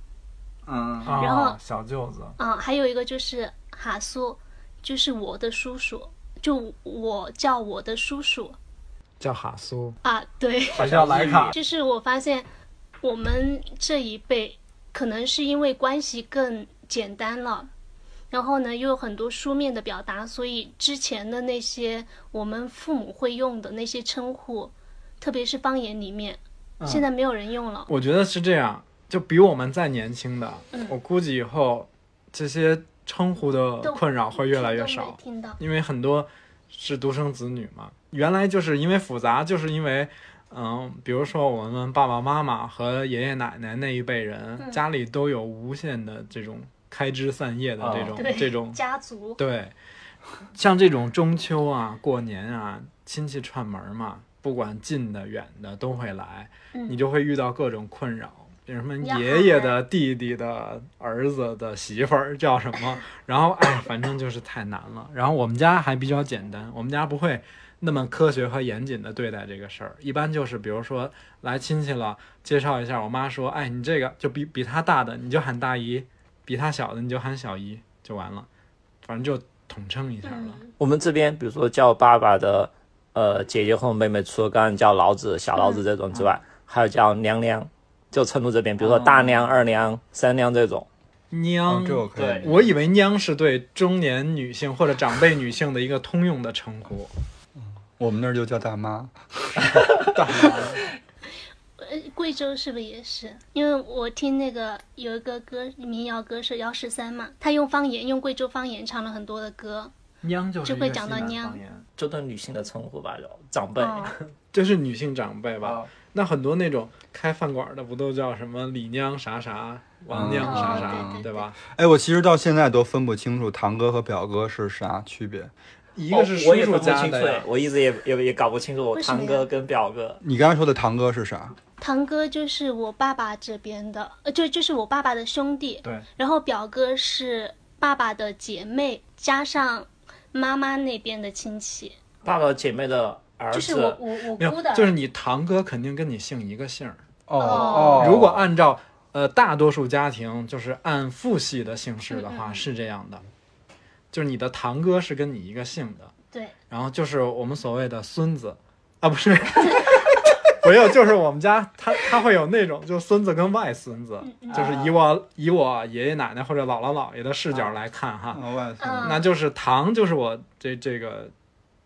Speaker 3: 嗯
Speaker 2: 然后
Speaker 1: 哦小舅子，
Speaker 2: 嗯，还有一个就是哈苏，就是我的叔叔，就我叫我的叔叔
Speaker 1: 叫哈苏，
Speaker 2: 啊，对，
Speaker 1: 还叫莱卡。
Speaker 2: 就是我发现我们这一辈可能是因为关系更简单了。然后呢，又有很多书面的表达，所以之前的那些我们父母会用的那些称呼，特别是方言里面，现在没有人用了。
Speaker 1: 我觉得是这样，就比我们再年轻的，
Speaker 2: 嗯
Speaker 1: 我估计以后这些称呼的
Speaker 2: 都
Speaker 1: 困扰哦会越来越
Speaker 2: 都没
Speaker 1: 少，
Speaker 2: 听到，
Speaker 1: 因为很多是独生子女嘛。原来就是因为复杂，就是因为。嗯，比如说我们爸爸妈妈和爷爷奶奶那一辈人，
Speaker 2: 嗯
Speaker 1: 家里都有无限的这种开枝散叶的这
Speaker 4: 哦
Speaker 1: 种、
Speaker 2: 对
Speaker 1: 这种
Speaker 2: 家族
Speaker 1: 对，像这种中秋啊、过年啊，亲戚串门儿嘛，不管近的远的都会来，
Speaker 2: 嗯
Speaker 1: 你就会遇到各种困扰。比如什么
Speaker 2: 要
Speaker 1: 爷爷的弟弟的儿子的媳妇儿叫什 么，然后哎，反正就是太难了。然后我们家还比较简单，我们家不会那么科学和严谨的对待这个事儿，一般就是比如说来亲戚了，介绍一下，我妈说，哎，你这个就比比他大的你就喊大姨，比他小的你就喊小姨就完了，反正就统称一下
Speaker 2: 嗯
Speaker 1: 了。
Speaker 4: 我们这边比如说叫爸爸的，呃，姐姐或妹妹，除了刚刚叫老子、小老子这种之外，还有叫娘娘，就成都这边，比如说大娘、二娘、三娘这种。
Speaker 2: 嗯
Speaker 4: 哦
Speaker 1: 娘，
Speaker 3: 啊这我可以
Speaker 4: 对。
Speaker 1: 我以为娘是对中年女性或者长辈女性的一个通用的称呼。
Speaker 3: 我们那儿就叫大妈。
Speaker 2: 呃，贵州是不是也是？因为我听那个有一个歌民谣歌手姚十三嘛，他用方言，用贵州方言唱了很多的歌。
Speaker 1: 娘就是
Speaker 2: 就会讲到娘
Speaker 1: 一个西南方言，
Speaker 4: 就对女性的称呼吧，就长辈。
Speaker 2: 哦，
Speaker 1: 就是女性长辈吧。
Speaker 4: 啊，
Speaker 1: 那很多那种开饭馆的不都叫什么李娘啥啥、王娘啥
Speaker 2: 哦
Speaker 1: 啥，
Speaker 2: 对对对
Speaker 1: 吧？
Speaker 3: 哎，我其实到现在都分不清楚堂哥和表哥是啥区别。
Speaker 1: 一个是叔
Speaker 4: 哦我也分
Speaker 1: 叔
Speaker 4: 不
Speaker 1: 家
Speaker 4: 清楚
Speaker 1: 的呀
Speaker 4: 哎，，我一直也也也搞不清楚我
Speaker 2: 为什么
Speaker 4: 堂
Speaker 2: 呀
Speaker 4: 哥跟表哥。
Speaker 3: 你刚才说的堂哥是啥？
Speaker 2: 堂哥就是我爸爸这边的，呃，就就是我爸爸的兄弟。
Speaker 1: 对。
Speaker 2: 然后表哥是爸爸的姐妹，加上妈妈那边的亲戚，
Speaker 4: 爸爸姐妹的儿
Speaker 2: 就是我
Speaker 4: 子，
Speaker 2: 我我
Speaker 1: 没
Speaker 2: 姑
Speaker 1: 有
Speaker 2: 的，，
Speaker 1: 就是你堂哥肯定跟你姓一个姓儿。
Speaker 2: 哦
Speaker 1: 如果按照呃大多数家庭就是按父系的姓氏的话，
Speaker 2: 嗯
Speaker 1: 是这样的，就是你的堂哥是跟你一个姓的，
Speaker 2: 对，
Speaker 1: 然后就是我们所谓的孙子啊，不是， 没有，就是我们家他他会有那种就孙子跟外孙子，
Speaker 2: 嗯
Speaker 1: 就是以我以我爷爷奶奶或者姥姥姥爷的视角来看哈，
Speaker 3: 哦外孙，
Speaker 2: 嗯
Speaker 1: 那就是堂就是我这这个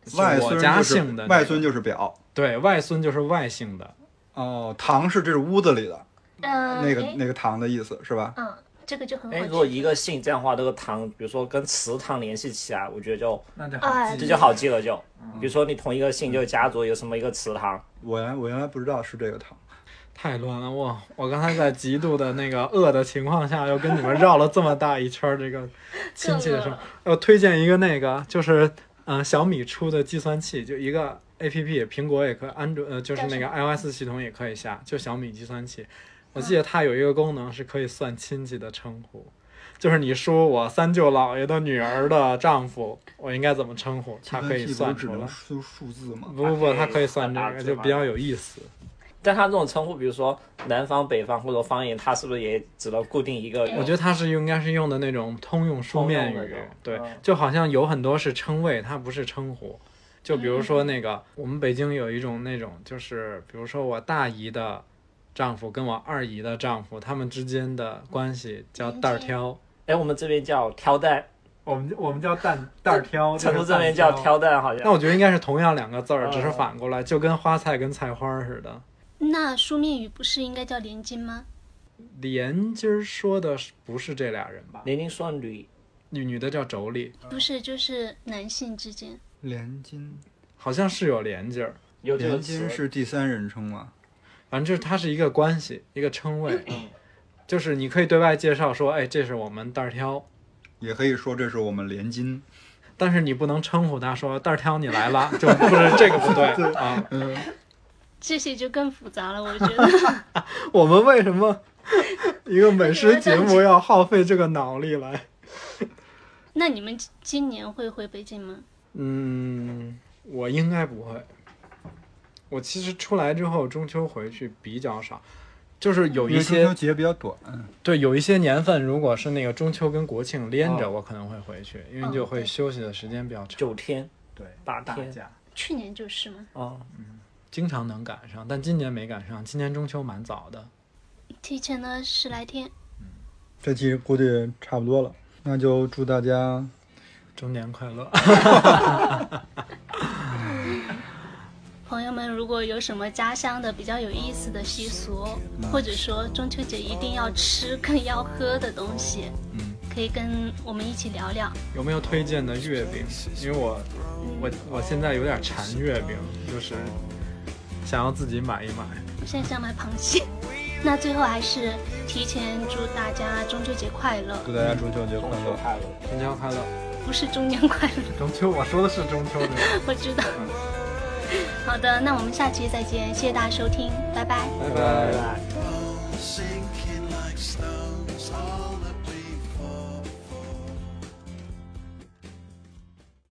Speaker 1: 是
Speaker 3: 外
Speaker 1: 我
Speaker 3: 孙
Speaker 1: 家
Speaker 3: 就是
Speaker 1: 姓的那个
Speaker 3: 外孙就是表。
Speaker 1: 对外孙就是外姓的，
Speaker 3: 哦，堂是这是屋子里的。
Speaker 2: 嗯，
Speaker 3: 那个
Speaker 2: 诶
Speaker 3: 那个糖的意思是吧？
Speaker 2: 嗯，这个就很
Speaker 4: 哎，如
Speaker 2: 好
Speaker 4: 果
Speaker 2: 记。
Speaker 4: 一个姓这样的话，这个糖，比如说跟祠堂联系起来，我觉得就
Speaker 6: 那就
Speaker 2: 哎
Speaker 6: 好记，
Speaker 4: 这就好记了就。比如说你同一个姓，就家族有什么一个祠堂，
Speaker 3: 我原来我原来不知道是这个糖，
Speaker 1: 太乱了！我我刚才在极度的那个饿的情况下，又跟你们绕了这么大一圈儿这个亲戚的事儿。我推荐一个那个，就是嗯、呃小米出的计算器，就一个 A P P，苹果也可以，安卓呃就是那个 I O S 系统也可以下，就小米计算器。我记得它有一个功能是可以算亲戚的称呼，就是你输我三舅姥爷的女儿的丈夫，我应该怎么称呼，它可以
Speaker 3: 计
Speaker 1: 算
Speaker 3: 算器
Speaker 1: 出
Speaker 3: 不是只
Speaker 1: 来
Speaker 3: 能。输数字吗？
Speaker 1: 不不不，它可以算这
Speaker 4: 它可
Speaker 1: 个，
Speaker 4: 以
Speaker 1: 就比较有意思。
Speaker 4: 但他这种称呼，比如说南方、北方或者方言，他是不是也只能固定一个？
Speaker 1: 我觉得它是应该是用的那种通用书面
Speaker 4: 通用
Speaker 1: 语
Speaker 4: 的那种，
Speaker 1: 对
Speaker 4: 嗯，
Speaker 1: 就好像有很多是称谓，它不是称呼。就比
Speaker 4: 嗯
Speaker 1: 如说那个，我们北京有一种那种，就是比如说我大姨的丈夫跟我二姨的丈夫，他们之间的关系叫蛋儿挑，
Speaker 4: 哎，我们这边叫挑担，
Speaker 1: 我们我们叫蛋蛋儿挑，
Speaker 4: 成都这边叫。挑担，好
Speaker 1: 那
Speaker 4: 像。
Speaker 1: 我觉得应该是同样两个字儿，
Speaker 4: 嗯
Speaker 1: 只是反过来，就跟花菜跟菜花儿似的。
Speaker 2: 那书面语不是应该叫连襟吗？
Speaker 1: 连今儿说的是不是这俩人吧？
Speaker 4: 年龄说女，
Speaker 1: 女女的叫妯娌，
Speaker 2: 不是，就是男性之间。
Speaker 3: 连襟，
Speaker 1: 好像是有连襟儿。
Speaker 4: 有这个
Speaker 3: 连
Speaker 4: 词
Speaker 3: 襟。是第三人称吗？
Speaker 1: 反正就是它是一个关系，一个称谓， 就是你可以对外介绍说，哎，这是我们袋儿挑，
Speaker 3: 也可以说这是我们连襟。
Speaker 1: 但是你不能称呼他说袋儿挑你来了，就不是这个不 对啊。
Speaker 2: 这些就更复杂了，我觉得。
Speaker 1: 我们为什 么一个美食节目要耗费这个脑力来？
Speaker 2: 那你们今年会回北京吗？
Speaker 1: 嗯，我应该不会。我其实出来之后，中秋回去比较少，就是有
Speaker 3: 因
Speaker 1: 一
Speaker 3: 为中
Speaker 1: 些
Speaker 3: 秋节比较短，嗯
Speaker 1: 对，有一些年份，如果是那个中秋跟国庆连着，我可能会回去，因为就
Speaker 2: 哦
Speaker 1: 会
Speaker 2: 对
Speaker 1: 休息的时间比较长。
Speaker 4: 九天，
Speaker 6: 对，
Speaker 4: 八
Speaker 6: 大
Speaker 4: 天
Speaker 6: 家
Speaker 2: 去年就是吗？
Speaker 4: 啊，
Speaker 1: 经常能赶上，但今年没赶上。今年中秋蛮早的，
Speaker 2: 提前了十来天。
Speaker 3: 这期估计差不多了。那就祝大家
Speaker 1: 中年快乐。
Speaker 2: 朋友们，如果有什么家乡的比较有意思的习俗，或者说中秋节一定要吃更要喝的东西，
Speaker 1: 嗯，
Speaker 2: 可以跟我们一起聊聊。
Speaker 1: 有没有推荐的月饼？因为我我我现在有点馋月饼，就是想要自己买一买。
Speaker 2: 我现在想买螃蟹。 那最后还是提前祝大家中秋节快乐，
Speaker 3: 祝大家中秋节快乐。
Speaker 4: 快乐。
Speaker 1: 中秋快乐！
Speaker 2: 不是中年快乐，
Speaker 1: 中秋，我说的是中秋对吧
Speaker 2: 我知道。好的，那我们下期再见，谢谢大家收听，拜拜。
Speaker 1: 拜拜。
Speaker 4: 拜拜。
Speaker 7: sinking like stones all up in